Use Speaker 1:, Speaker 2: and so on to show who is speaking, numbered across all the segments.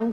Speaker 1: I'm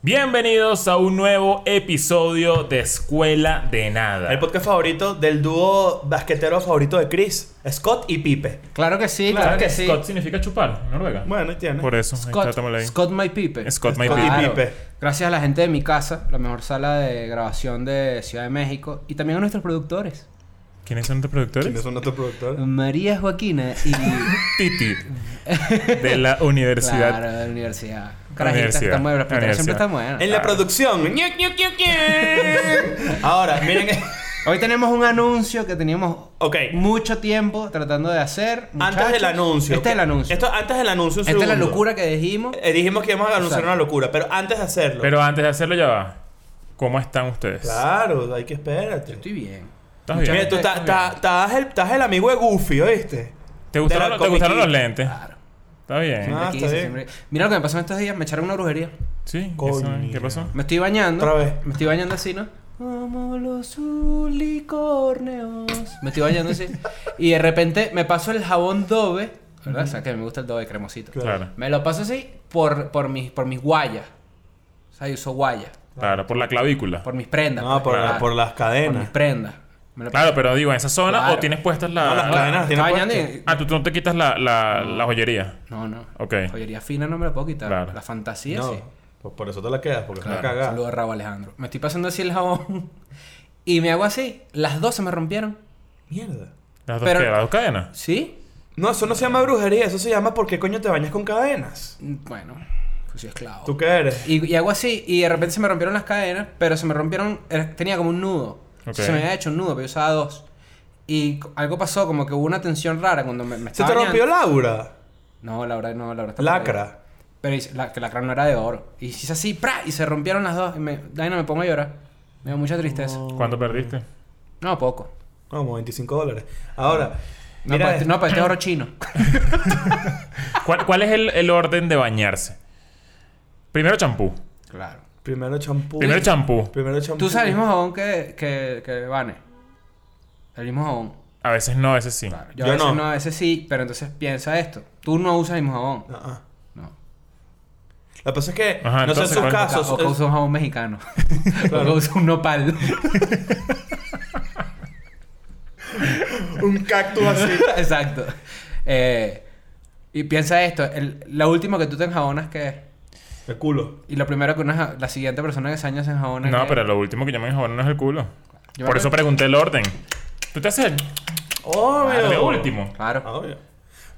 Speaker 2: Bienvenidos a un nuevo episodio de Escuela de Nada.
Speaker 3: El podcast favorito del dúo basquetero favorito de Chris, Scott y Pipe.
Speaker 4: Claro que sí,
Speaker 2: ¿Sabes
Speaker 4: claro, que
Speaker 2: que
Speaker 4: sí.
Speaker 2: Scott significa chupar en Noruega.
Speaker 3: Bueno, tiene.
Speaker 2: Por eso,
Speaker 4: Scott,
Speaker 2: trátamelo ahí.
Speaker 4: Scott My Pipe.
Speaker 2: Scott My
Speaker 3: Scott
Speaker 2: Pipe.
Speaker 3: y Pipe.
Speaker 4: Gracias a la gente de mi casa, la mejor sala de grabación de Ciudad de México. Y también a nuestros productores.
Speaker 2: ¿Quiénes son tus productores?
Speaker 3: ¿Quiénes son nuestros productores?
Speaker 4: María Joaquina y...
Speaker 2: Titi. De la universidad.
Speaker 4: Claro, de la universidad. Carajitas,
Speaker 2: universidad.
Speaker 4: están buenas. Las
Speaker 2: La
Speaker 4: productoras siempre
Speaker 2: universidad.
Speaker 4: están buenas.
Speaker 3: En la producción. Ñuc, ñuc, ñuc, ñuc. Ahora, miren.
Speaker 4: Hoy tenemos un anuncio que teníamos
Speaker 3: Ok.
Speaker 4: mucho tiempo tratando de hacer.
Speaker 3: Antes
Speaker 4: muchachos.
Speaker 3: del anuncio.
Speaker 4: Este es el anuncio.
Speaker 3: Esto, antes del anuncio. un
Speaker 4: Esta es la
Speaker 3: segundo.
Speaker 4: locura que dijimos.
Speaker 3: Eh, dijimos que íbamos a anunciar
Speaker 4: Exacto.
Speaker 3: una locura, pero antes de hacerlo.
Speaker 2: Pero antes de hacerlo ya va. ¿Cómo están ustedes?
Speaker 3: Claro, hay que espérate.
Speaker 4: Estoy bien.
Speaker 2: ¿Estás bien?
Speaker 3: Mira, tú
Speaker 4: Estoy
Speaker 3: estás- estás estás el, estás el amigo de Goofy, ¿oíste?
Speaker 2: ¿Te gustaron,
Speaker 3: de la
Speaker 2: te gustaron los
Speaker 3: comiquita.
Speaker 2: lentes? Está bien.
Speaker 3: Ah,
Speaker 4: Aquí dice
Speaker 3: está bien.
Speaker 4: siempre- Mira lo que me pasó en estos días. Me echaron una brujería.
Speaker 2: Sí.
Speaker 3: Coño.
Speaker 2: eso- ¿Qué pasó?
Speaker 4: Me estoy bañando.
Speaker 3: Otra vez.
Speaker 4: Me estoy bañando así, ¿no? Como los unicornios. Me estoy bañando así. y de repente me paso el jabón Dove. ¿Verdad? O sea, que me gusta el Dove cremosito.
Speaker 2: Claro.
Speaker 4: Me lo paso así por, por, mis, por mis guayas. O sea, yo uso guayas.
Speaker 2: Claro, por la clavícula.
Speaker 4: Por mis prendas.
Speaker 3: No, por,
Speaker 4: ¿verdad?
Speaker 3: por
Speaker 4: Por
Speaker 3: las
Speaker 4: mis
Speaker 3: cadenas.
Speaker 4: prendas. Me lo
Speaker 2: Claro, pero digo, en esa zona
Speaker 4: Claro.
Speaker 2: o tienes puestas la...
Speaker 3: No, las cadenas
Speaker 4: Me
Speaker 3: tiene
Speaker 4: estaba bañando
Speaker 3: puesto.
Speaker 4: y-
Speaker 2: Ah, tú tú no te quitas la, la, la joyería.
Speaker 4: No, no.
Speaker 2: Ok.
Speaker 4: Joyería fina no me la puedo quitar.
Speaker 2: Claro.
Speaker 4: La fantasía sí.
Speaker 3: No, pues por eso te la quedas, porque es una
Speaker 4: Saludos
Speaker 3: cagada.
Speaker 4: Saludo a Raúl Alejandro. Me estoy pasando así el jabón. y me hago así. Las dos se me rompieron.
Speaker 3: Mierda.
Speaker 2: Las dos,
Speaker 4: Pero-
Speaker 2: qué? ¿Las dos cadenas.
Speaker 4: ¿Sí?
Speaker 3: No, eso no se llama brujería, eso se llama ¿por qué coño te bañas con cadenas?
Speaker 4: Bueno, pues soy esclavo.
Speaker 3: ¿Tú qué eres?
Speaker 4: Y, y hago así, y de repente se me rompieron las cadenas, pero se me rompieron, era- tenía como un nudo.
Speaker 2: Ok.
Speaker 4: Se me había hecho un nudo, pero yo usaba dos. Y co- algo pasó, como que hubo una tensión rara cuando me, me
Speaker 3: ¿Se
Speaker 4: estaba
Speaker 3: te rompió
Speaker 4: bañando.
Speaker 3: Laura?
Speaker 4: No, Laura, no, Laura. está por ahí.
Speaker 3: Lacra.
Speaker 4: Pero hice- la, que la cráneo era de oro. Y hice así, ¡pra! Y se rompieron las dos. Y me, Dai, no me pongo a llorar. Me da mucha tristeza.
Speaker 3: Oh.
Speaker 2: ¿Cuánto perdiste?
Speaker 4: No, poco.
Speaker 3: Como 25 dólares. Ahora,
Speaker 4: No,
Speaker 3: mira,
Speaker 4: para este,
Speaker 3: es-
Speaker 4: no, pa' este oro chino.
Speaker 2: ¿Cuál, cuál es el, el orden de bañarse? Primero champú.
Speaker 4: Claro.
Speaker 3: primero champú.
Speaker 2: Primero champú.
Speaker 3: Primero champú.
Speaker 4: Tú usas el mismo jabón que, que, que Vane. El mismo jabón.
Speaker 2: A veces no, a veces sí.
Speaker 4: Claro. Yo,
Speaker 3: Yo
Speaker 4: a veces
Speaker 3: no.
Speaker 4: no. a veces sí, pero entonces piensa esto. Tú no usas el mismo jabón.
Speaker 3: Ah, ah.
Speaker 4: No.
Speaker 3: Lo que pasa es que,
Speaker 2: Ajá,
Speaker 3: no sé en
Speaker 2: entonces,
Speaker 3: sus
Speaker 2: ¿cuál?
Speaker 3: casos.
Speaker 4: O que
Speaker 3: eh,
Speaker 4: usa un jabón mexicano. O que usa un nopal.
Speaker 3: un cactus así.
Speaker 4: Exacto. Eh, y piensa esto. el- lo último que tú te enjabonas, ¿qué es?
Speaker 3: El culo.
Speaker 4: Y lo primero que una, ja- la siguiente persona que se años se enjabona... ¿qué
Speaker 2: No,
Speaker 4: es?
Speaker 2: pero lo último que yo me enjaboné no es el culo.
Speaker 4: Yo
Speaker 2: Por
Speaker 4: me-
Speaker 2: eso pregunté el orden. ¿Tú te haces el,
Speaker 4: Ah,
Speaker 3: Obvio.
Speaker 2: el de último?
Speaker 4: Claro.
Speaker 3: Oh, Ah, Obvio.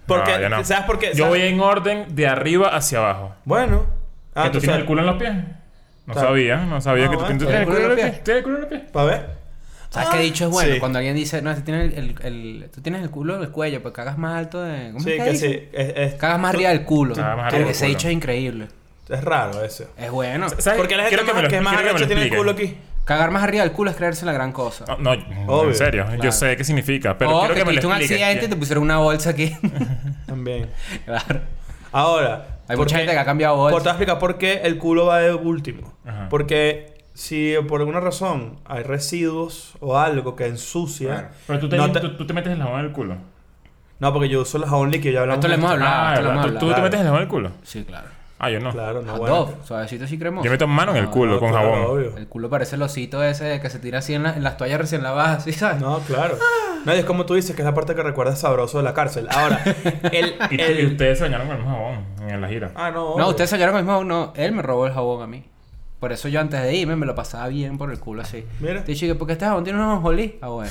Speaker 3: Porque,
Speaker 2: No, yo no.
Speaker 3: ¿sabes por qué?
Speaker 2: Yo
Speaker 3: ¿Sabes?
Speaker 2: voy en orden de arriba hacia abajo.
Speaker 3: Bueno.
Speaker 2: ¿Que
Speaker 3: Ah,
Speaker 2: tú
Speaker 3: tú
Speaker 2: tienes
Speaker 3: sabes.
Speaker 2: el culo en los pies? No
Speaker 3: Claro.
Speaker 2: sabía, no sabía
Speaker 3: Ah,
Speaker 2: que tú
Speaker 3: bueno.
Speaker 2: tú tienes el culo en los pies. ¿Tienes el culo en los pies?
Speaker 3: ¿Para ver?
Speaker 4: ¿Sabes
Speaker 3: Ah,
Speaker 4: qué dicho es bueno?
Speaker 3: sí.
Speaker 4: Cuando alguien dice, no, tú tienes el, el- el- tú tienes el culo en el cuello, pues cagas más alto de... ¿Cómo
Speaker 3: Sí,
Speaker 4: es
Speaker 3: que
Speaker 4: dice?
Speaker 3: sí. Es, es-
Speaker 4: Cagas más arriba del culo.
Speaker 2: Cagas más
Speaker 4: Que
Speaker 2: arriba del
Speaker 4: ese
Speaker 2: culo.
Speaker 4: dicho es increíble.
Speaker 3: es raro eso.
Speaker 4: Es bueno.
Speaker 2: ¿Sabes?
Speaker 3: Porque la gente
Speaker 2: Quiero me
Speaker 3: más-
Speaker 2: lo-
Speaker 3: que es más
Speaker 2: quiero que me
Speaker 3: arrecha
Speaker 2: lo
Speaker 3: tiene el culo
Speaker 2: expliquen.
Speaker 3: aquí.
Speaker 4: Cagar más arriba del culo es creerse la gran cosa.
Speaker 2: No, no, en
Speaker 3: Obvio.
Speaker 2: serio. Yo
Speaker 4: Claro.
Speaker 2: sé qué significa, pero
Speaker 4: o
Speaker 2: quiero que me lo
Speaker 4: tuviste un
Speaker 2: expliques.
Speaker 4: accidente y te pusieron una bolsa aquí.
Speaker 3: También.
Speaker 4: claro.
Speaker 3: Ahora.
Speaker 4: Hay
Speaker 3: ¿por
Speaker 4: mucha
Speaker 3: qué?
Speaker 4: gente que ha cambiado
Speaker 3: Por, te
Speaker 4: bolsa.
Speaker 3: voy a explicar por qué el culo va de último.
Speaker 2: Ajá.
Speaker 3: Porque si por alguna razón hay residuos o algo que ensucia.
Speaker 4: Claro.
Speaker 2: Pero tú te,
Speaker 3: no, te-
Speaker 2: tú- tú te metes el jabón en el culo.
Speaker 3: no, porque yo uso el jabón líquido, ya hablamos.
Speaker 4: Esto lo
Speaker 3: de
Speaker 4: hemos hablado.
Speaker 2: Ah,
Speaker 4: esto lo hemos
Speaker 2: ¿verdad?
Speaker 4: hablado.
Speaker 2: ¿Tú, tú te
Speaker 3: Claro.
Speaker 2: metes el jabón en el culo?
Speaker 4: Sí, claro.
Speaker 2: Ah, yo no.
Speaker 3: Claro, no,
Speaker 4: Hot
Speaker 3: bueno.
Speaker 4: dog, suavecito así cremoso.
Speaker 2: Yo meto mano en el culo
Speaker 3: No,
Speaker 2: con
Speaker 3: claro,
Speaker 2: jabón.
Speaker 3: obvio.
Speaker 4: El culo parece el osito ese que se tira así en, la- en las toallas recién lavadas, ¿sí sabes?
Speaker 3: No, claro. No, y es como tú dices, que es la parte que recuerda sabroso de la cárcel. Ahora, el.
Speaker 2: Y, tú- y
Speaker 3: el-
Speaker 2: ustedes se bañaron con el mismo jabón en la gira.
Speaker 3: Ah, no.
Speaker 4: No,
Speaker 3: obvio.
Speaker 4: ustedes se hallaron el mismo jabón. No, él me robó el jabón a mí. Por eso yo antes de irme me lo pasaba bien por el culo así.
Speaker 3: Mira.
Speaker 4: Te dije que porque este jabón tiene unos jonjolí. Ah, bueno.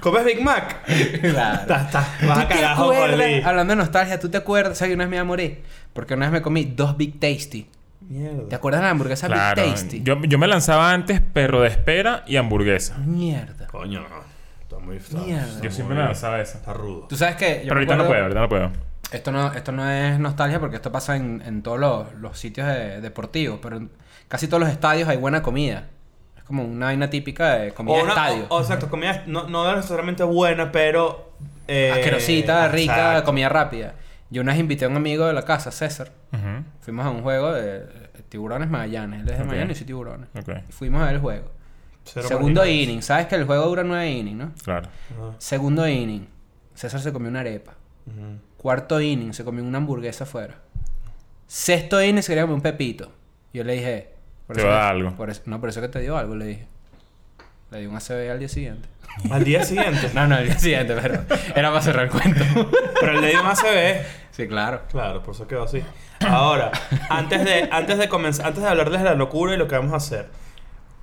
Speaker 3: ¿Comes Big Mac?
Speaker 4: claro.
Speaker 3: Ta, ta, vas a
Speaker 4: ¿Tú te
Speaker 3: cagar jabón
Speaker 4: acuerdas?
Speaker 3: líquido.
Speaker 4: Hablando de nostalgia, ¿tú te acuerdas? ¿Sabes que una vez me enamoré? Porque una vez me comí dos Big Tasty. ¿Te
Speaker 3: Mierda.
Speaker 4: acuerdas de la hamburguesa
Speaker 2: Claro.
Speaker 4: Big Tasty?
Speaker 2: Yo, yo me lanzaba antes perro de espera y hamburguesa.
Speaker 4: Mierda.
Speaker 3: Coño, no. Está muy. está-
Speaker 4: Mierda.
Speaker 2: Yo siempre me lanzaba esa.
Speaker 3: Está rudo.
Speaker 4: Tú sabes que... yo
Speaker 2: Pero
Speaker 4: me
Speaker 2: ahorita no
Speaker 4: acuerdo-
Speaker 2: puedo, ahorita no puedo.
Speaker 4: Esto no, esto no es nostalgia porque esto pasa en, en todos los, los sitios de- deportivos. Pero en casi todos los estadios hay buena comida. Es como una vaina típica de comida
Speaker 3: O,
Speaker 4: de
Speaker 3: una-
Speaker 4: estadio.
Speaker 3: o- o exacto, comida no, no necesariamente buena, pero eh,
Speaker 4: asquerosita, rica,
Speaker 3: exacto.
Speaker 4: comida rápida. Yo una vez invité a un amigo de la casa, César.
Speaker 2: Ujú.
Speaker 4: Fuimos a un juego de eh, Tiburones Magallanes. Él es de
Speaker 2: Ok.
Speaker 4: Magallanes y soy Tiburones.
Speaker 2: Ok,
Speaker 4: Y Fuimos a ver el juego.
Speaker 3: Cero
Speaker 4: Segundo
Speaker 3: marginales.
Speaker 4: inning. Sabes que el juego dura nueve innings, ¿no?
Speaker 2: claro.
Speaker 3: Ajá.
Speaker 4: Segundo inning. César se comió una arepa.
Speaker 3: Ujú.
Speaker 4: Cuarto inning se comió una hamburguesa afuera. Sexto inning se quería comer un pepito. Yo le dije...
Speaker 2: Te
Speaker 4: eso
Speaker 2: va
Speaker 4: que-
Speaker 2: a dar algo.
Speaker 4: por eso- no, por eso que te dio algo, le dije. Le di un ACB al día siguiente.
Speaker 3: Al día siguiente.
Speaker 4: No, no, al día siguiente, pero era para cerrar el cuento.
Speaker 3: Pero el de dio más se ve.
Speaker 4: sí, claro.
Speaker 3: Claro, por eso quedó así. Ahora, antes de, antes de comenzar, antes de hablarles de la locura y lo que vamos a hacer.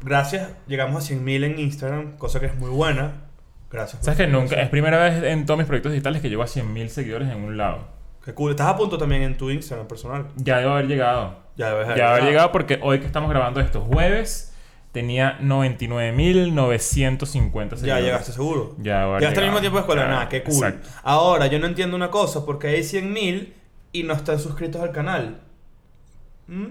Speaker 3: Gracias, llegamos a 100.000 en Instagram, cosa que es muy buena. Gracias. pues. por
Speaker 2: ¿Sabes que
Speaker 3: tu
Speaker 2: nunca? Es
Speaker 3: presencia.
Speaker 2: primera vez en todos mis proyectos digitales que llevo a 100.000 seguidores en un lado.
Speaker 3: Qué cool. Estás a punto también en tu Instagram personal.
Speaker 2: Ya debo haber llegado.
Speaker 3: Ya debes
Speaker 2: Ya debo haber llegado porque hoy que estamos grabando esto, jueves, tenía 99.950 seguidores.
Speaker 3: Ya llegaste seguro.
Speaker 2: Ya debo haber
Speaker 3: Llegaste al
Speaker 2: llegado.
Speaker 3: mismo tiempo de escuela.
Speaker 2: Ya,
Speaker 3: Nada, qué cool.
Speaker 2: exacto.
Speaker 3: Ahora, yo no entiendo una cosa, porque hay 100.000 y no están suscritos al canal. ¿Mm?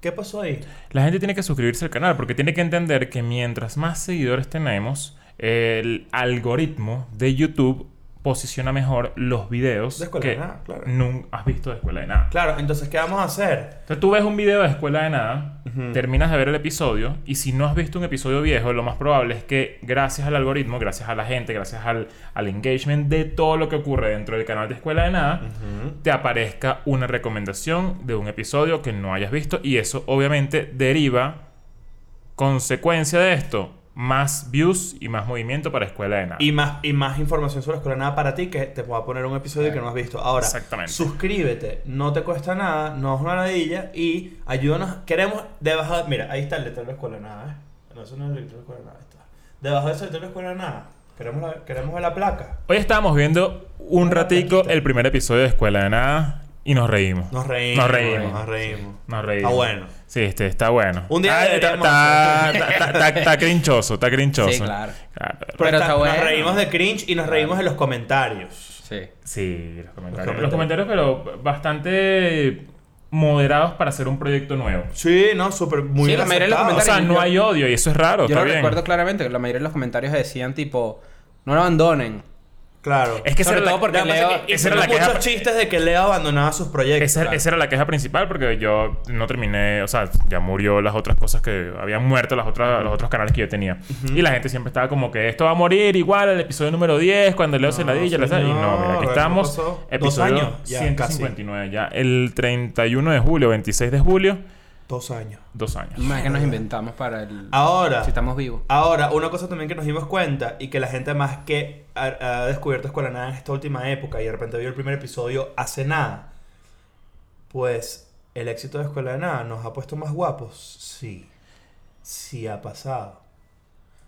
Speaker 3: ¿Qué pasó ahí?
Speaker 2: La gente tiene que suscribirse al canal porque tiene que entender que mientras más seguidores tenemos, el algoritmo de YouTube posiciona mejor los videos
Speaker 3: De Escuela
Speaker 2: que
Speaker 3: de Nada, claro.
Speaker 2: nun- has visto de escuela de nada.
Speaker 3: Claro, entonces, ¿qué vamos a hacer?
Speaker 2: Entonces tú ves un video de escuela de nada, terminas de ver el episodio y si no has visto un episodio viejo, lo más probable es que gracias al algoritmo, gracias a la gente, gracias al, al engagement de todo lo que ocurre dentro del canal de escuela de nada, te aparezca una recomendación de un episodio que no hayas visto y eso obviamente deriva consecuencia de esto, más views y más movimiento para escuela de nada.
Speaker 3: Y más, y más información sobre Escuela de Nada para ti que te pueda poner un episodio que no has visto. Ahora,
Speaker 2: Exactamente.
Speaker 3: suscríbete, no te cuesta nada, no es una ladilla y ayúdanos. Queremos debajo. Mira, ahí está el letrero de Escuela de Nada, ¿eh? No, eso no es el letrero de Escuela de Nada. ahí está. Debajo de ese letrero de Escuela de Nada, queremos, la- queremos ver la placa.
Speaker 2: Hoy estábamos viendo un ratico el primer episodio de escuela de nada y nos reímos.
Speaker 3: Nos reímos.
Speaker 2: Nos reímos.
Speaker 3: Nos reímos.
Speaker 2: Nos reímos.
Speaker 3: Está bueno.
Speaker 2: Sí, este, está bueno.
Speaker 3: Un día
Speaker 2: Ah, está,
Speaker 3: deberíamos
Speaker 2: está,
Speaker 3: hacer-
Speaker 2: está- está- está crinchoso, está crinchoso.
Speaker 4: Sí, claro.
Speaker 2: Claro.
Speaker 3: Pero,
Speaker 4: Pero
Speaker 3: está-
Speaker 4: está bueno.
Speaker 3: Nos reímos de cringe y nos reímos de los comentarios.
Speaker 4: Sí.
Speaker 2: Sí, los comentarios.
Speaker 3: comentarios.
Speaker 2: Los comentarios, pero bastante moderados para hacer un proyecto nuevo.
Speaker 3: Sí, no, súper muy
Speaker 4: Sí,
Speaker 3: bien
Speaker 4: la mayoría de los
Speaker 3: aceptado.
Speaker 2: O sea, no hay odio y eso es raro.
Speaker 4: Yo
Speaker 2: está
Speaker 4: lo
Speaker 2: bien.
Speaker 4: recuerdo claramente que la mayoría de los comentarios decían tipo, no lo abandonen.
Speaker 3: Claro.
Speaker 2: Es que esa
Speaker 4: Sobre
Speaker 2: era, la,
Speaker 4: todo porque
Speaker 3: Lo que pasa
Speaker 4: Leo-
Speaker 3: es que
Speaker 2: esa era la
Speaker 3: hicieron
Speaker 2: queja-
Speaker 3: muchos chistes de que Leo abandonaba sus proyectos.
Speaker 2: esa- esa era la queja principal porque yo no terminé, o sea, ya murió las otras cosas que habían muerto las otras, los otros canales que yo tenía. Y la gente siempre estaba como que esto va a morir igual el episodio número 10 cuando Leo se
Speaker 3: No,
Speaker 2: la di, ya la sabe. Y no, mira,
Speaker 3: señor,
Speaker 2: aquí estamos.
Speaker 3: pasó dos
Speaker 2: Episodio
Speaker 3: años ya,
Speaker 2: 159 ya. El 31 de julio, 26 de julio,
Speaker 3: Dos años.
Speaker 2: dos años.
Speaker 4: Más que nos inventamos para el...
Speaker 3: Ahora, Ah,
Speaker 4: Si estamos vivos.
Speaker 3: ahora, una cosa también que nos dimos cuenta y que la gente más que ha, ha descubierto Escuela de Nada en esta última época y de repente vio el primer episodio hace nada. Pues el éxito de Escuela de Nada nos ha puesto más guapos. Sí. Sí ha pasado.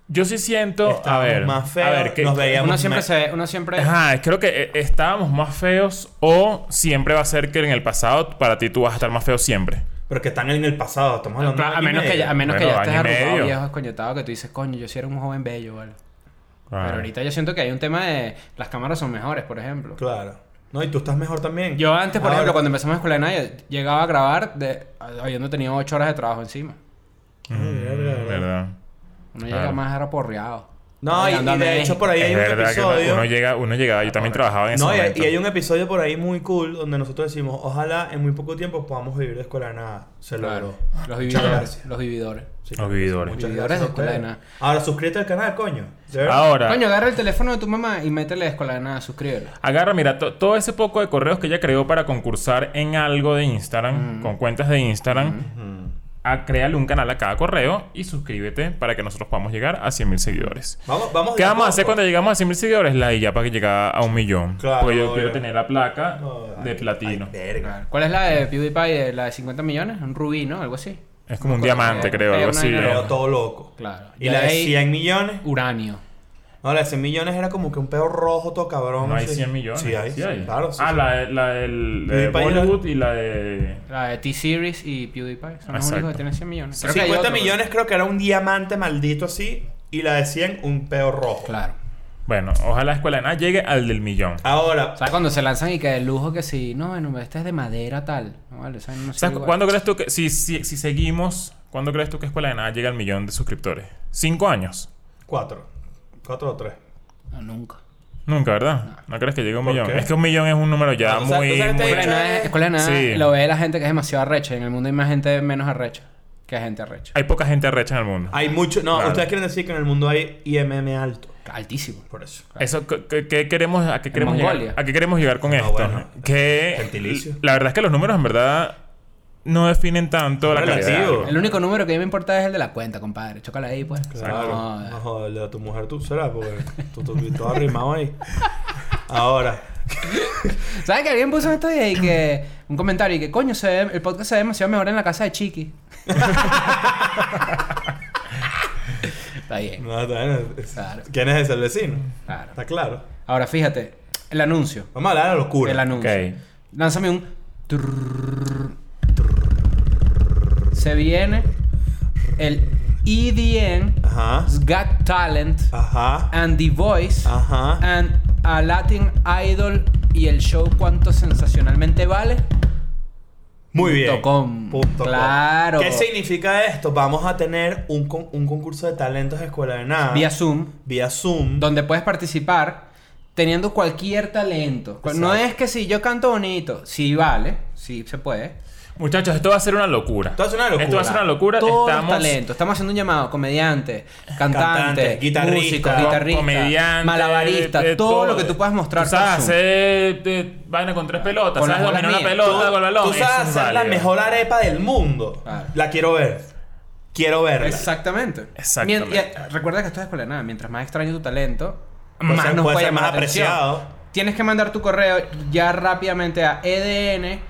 Speaker 2: Yo sí siento. a
Speaker 3: Estábamos
Speaker 2: ver.
Speaker 3: más feos,
Speaker 2: a ver, que-
Speaker 3: nos veíamos
Speaker 4: Uno siempre
Speaker 3: más-
Speaker 4: se... Uno siempre...
Speaker 2: Ajá, creo que eh, estábamos más feos o siempre va a ser que en el pasado para ti tú vas a estar más feo siempre.
Speaker 3: Pero que están en el pasado, estamos hablando de
Speaker 4: Claro,
Speaker 3: un
Speaker 4: a
Speaker 3: año y
Speaker 4: menos que
Speaker 3: medio.
Speaker 4: ya, a menos
Speaker 2: Bueno,
Speaker 4: que ya estés
Speaker 2: año y medio.
Speaker 4: arrugado, viejo, escoñetado, que tú dices, coño, yo sí era un joven bello, ¿vale? Pero ahorita yo siento que hay un tema de... Las cámaras son mejores, por ejemplo.
Speaker 3: Claro. No, y tú estás mejor también. Ah,
Speaker 4: Yo antes, por
Speaker 3: Ahora-
Speaker 4: ejemplo, cuando empezamos a escuela de nada, yo llegaba a grabar de, habiendo tenido ocho horas de trabajo encima.
Speaker 3: Ay, verga,
Speaker 4: Mm.
Speaker 3: verga.
Speaker 2: ¿Verdad?
Speaker 4: Uno
Speaker 2: Claro.
Speaker 4: llega más era porreado.
Speaker 3: No, y, y
Speaker 4: Andando a
Speaker 3: de
Speaker 4: México.
Speaker 3: hecho por ahí hay
Speaker 2: es
Speaker 3: un
Speaker 2: verdad que
Speaker 3: episodio.
Speaker 2: uno llega, uno llegaba, yo también trabajaba en ese
Speaker 3: No, y,
Speaker 2: momento.
Speaker 3: y hay un episodio por ahí muy cool donde nosotros decimos, ojalá en muy poco tiempo podamos vivir de escuela de nada. Se logró.
Speaker 4: Claro. Los
Speaker 3: gracias.
Speaker 4: vividores. Los vividores.
Speaker 3: Sí,
Speaker 2: Los vividores.
Speaker 3: Muchas
Speaker 4: Vividores de
Speaker 3: gracias a
Speaker 4: Escuela de
Speaker 3: ustedes.
Speaker 4: Nada.
Speaker 3: Ahora suscríbete al canal, coño.
Speaker 2: Ah,
Speaker 3: ¿De verdad?
Speaker 2: Ahora,
Speaker 4: Coño, agarra el teléfono de tu mamá y métele a escuela de nada, suscríbelo.
Speaker 2: agarra, mira, to- todo ese poco de correos que ella creó para concursar en algo de
Speaker 3: Mm.
Speaker 2: Instagram, con cuentas de Instagram, a créale un canal a cada correo y suscríbete para que nosotros podamos llegar a 100.000 seguidores.
Speaker 3: Vamos, vamos.
Speaker 2: ¿Qué
Speaker 3: de a
Speaker 2: vamos a hacer
Speaker 3: poco.
Speaker 2: cuando llegamos a 100 mil seguidores? La ya para que llegara a un millón.
Speaker 3: Claro,
Speaker 2: Porque yo
Speaker 3: obvio.
Speaker 2: quiero tener la placa
Speaker 3: No,
Speaker 2: de
Speaker 3: ay,
Speaker 2: platino.
Speaker 3: ay, verga.
Speaker 4: ¿Cuál es la de PewDiePie? ¿La de 50 millones? ¿Un rubí, no? Algo así.
Speaker 2: es como un diamante,
Speaker 4: Coño,
Speaker 2: creo,
Speaker 4: hay
Speaker 2: algo
Speaker 4: una
Speaker 2: así.
Speaker 4: idea.
Speaker 2: ¿no?
Speaker 3: Creo todo loco.
Speaker 4: Claro.
Speaker 3: Y
Speaker 4: Ya
Speaker 3: la de
Speaker 4: ahí-
Speaker 3: 100 millones.
Speaker 4: Uranio.
Speaker 3: No, la de 100 millones era como que un pedo rojo todo cabrón.
Speaker 2: No hay
Speaker 3: así.
Speaker 2: 100 millones.
Speaker 3: Sí, hay. Claro, sí,
Speaker 2: ah,
Speaker 3: sí.
Speaker 2: La, de- la del de
Speaker 3: PewDiePie era-
Speaker 2: Bollywood y la de.
Speaker 4: La de T-Series y PewDiePie. Son los
Speaker 2: Exacto.
Speaker 4: únicos que tienen 100 millones. Creo que hay
Speaker 3: 50
Speaker 4: otro.
Speaker 3: millones creo que era un diamante maldito así. Y la de 100, un pedo rojo.
Speaker 4: Claro.
Speaker 2: Bueno, ojalá la escuela de nada llegue al del millón.
Speaker 3: Ah, Ahora,
Speaker 4: ¿Sabes cuando se lanzan y que de lujo que sí? No, bueno, este es de madera tal. No, vale, ¿sabes? No
Speaker 2: ¿Sabes
Speaker 4: sirve igual.
Speaker 2: cuándo crees tú que. Si, si, si seguimos, ¿cuándo crees tú que escuela de nada llega al millón de suscriptores? ¿Cinco años?
Speaker 3: cuatro. Cuatro o tres.
Speaker 4: No, nunca.
Speaker 2: Nunca, ¿verdad? No crees que llegue a un
Speaker 3: ¿Por
Speaker 2: millón.
Speaker 3: qué?
Speaker 2: Es que un millón es un número ya
Speaker 3: Ah, o sea,
Speaker 2: muy.
Speaker 3: tú sabes que
Speaker 2: muy-
Speaker 3: te-
Speaker 4: Escuela de nada, escuela de nada
Speaker 2: Sí.
Speaker 4: lo ve la gente que es demasiado arrecha. y En el mundo hay más gente menos arrecha que gente arrecha.
Speaker 2: Hay poca gente arrecha en el mundo.
Speaker 3: Hay mucho. No,
Speaker 2: Claro.
Speaker 3: ustedes quieren decir que en el mundo hay IMM alto.
Speaker 4: Altísimo.
Speaker 3: Por eso.
Speaker 2: Eso, ¿qué- ¿qué, qué queremos, ¿A qué queremos
Speaker 4: Mongolia.
Speaker 2: llegar? ¿A qué queremos llegar con
Speaker 3: No,
Speaker 2: esto?
Speaker 3: Ah, bueno.
Speaker 2: que
Speaker 3: Gentilicio.
Speaker 2: la verdad es que los números en verdad no definen tanto la
Speaker 3: Relativo.
Speaker 2: calidad.
Speaker 4: El único número que a mí me importa es el de la cuenta, compadre. Chócala ahí, pues.
Speaker 3: Claro.
Speaker 4: No,
Speaker 3: No, joder, le da a tu mujer tú será, porque tú, tú, tú todo arrimado ahí. Ahora,
Speaker 4: ¿Sabes que alguien puso esto y ahí que un comentario y que coño se ve- el podcast se ve demasiado mejor en la casa de Chiqui? Está bien,
Speaker 3: no, está bien. es-
Speaker 4: Claro.
Speaker 3: ¿quién es ese el vecino?
Speaker 4: claro.
Speaker 3: Está claro.
Speaker 4: Ahora fíjate, el anuncio.
Speaker 3: Vamos a hablar de la locura.
Speaker 4: El anuncio.
Speaker 2: Ok.
Speaker 4: Lánzame un. trrrr. Se viene el EDN,
Speaker 3: Ajá.
Speaker 4: Got Talent,
Speaker 3: Ajá.
Speaker 4: and The Voice,
Speaker 3: Ajá.
Speaker 4: and a Latin Idol y el show Cuánto Sensacionalmente Vale.
Speaker 3: Muy bien.
Speaker 4: Punto com.
Speaker 3: Punto com.
Speaker 4: Claro.
Speaker 3: ¿Qué significa esto? Vamos a tener un, con- un concurso de talentos de escuela de nada.
Speaker 4: Vía Zoom.
Speaker 3: Vía Zoom.
Speaker 4: donde puedes participar teniendo cualquier talento. Cu- No es que si yo canto bonito, si vale, si se puede.
Speaker 2: Muchachos, esto va a ser una locura.
Speaker 3: Esto va a ser una locura.
Speaker 2: Esto va a ser una locura.
Speaker 4: Todos
Speaker 2: Estamos
Speaker 4: los talentos. Estamos haciendo un llamado. Comediante, cantante,
Speaker 3: Cantantes, guitarrista,
Speaker 4: músico,
Speaker 3: com-
Speaker 4: guitarrista,
Speaker 2: comediante,
Speaker 4: malabarista,
Speaker 2: de- de
Speaker 4: todo, lo que tú puedas mostrar.
Speaker 2: Tú
Speaker 4: por
Speaker 2: sabes
Speaker 4: Zoom.
Speaker 2: hacer eh, vaina con tres pelotas,
Speaker 4: Con
Speaker 2: sabes
Speaker 4: las bolas
Speaker 2: dominar una
Speaker 4: mías.
Speaker 2: pelota con el balón.
Speaker 3: Tú sabes
Speaker 2: Eso es
Speaker 3: hacer la
Speaker 2: válido.
Speaker 3: mejor arepa del mundo.
Speaker 4: Claro.
Speaker 3: La quiero ver. Quiero verla.
Speaker 4: Exactamente.
Speaker 2: Exactamente.
Speaker 4: Mien- y, eh, recuerda que esto es escuela de nada. Mientras más extraño tu talento,
Speaker 3: Puede
Speaker 4: más
Speaker 3: ser-
Speaker 4: nos
Speaker 3: puede
Speaker 4: puede
Speaker 3: ser
Speaker 4: llamar
Speaker 3: más
Speaker 4: la atención.
Speaker 3: apreciado.
Speaker 4: Tienes que mandar tu correo ya rápidamente a E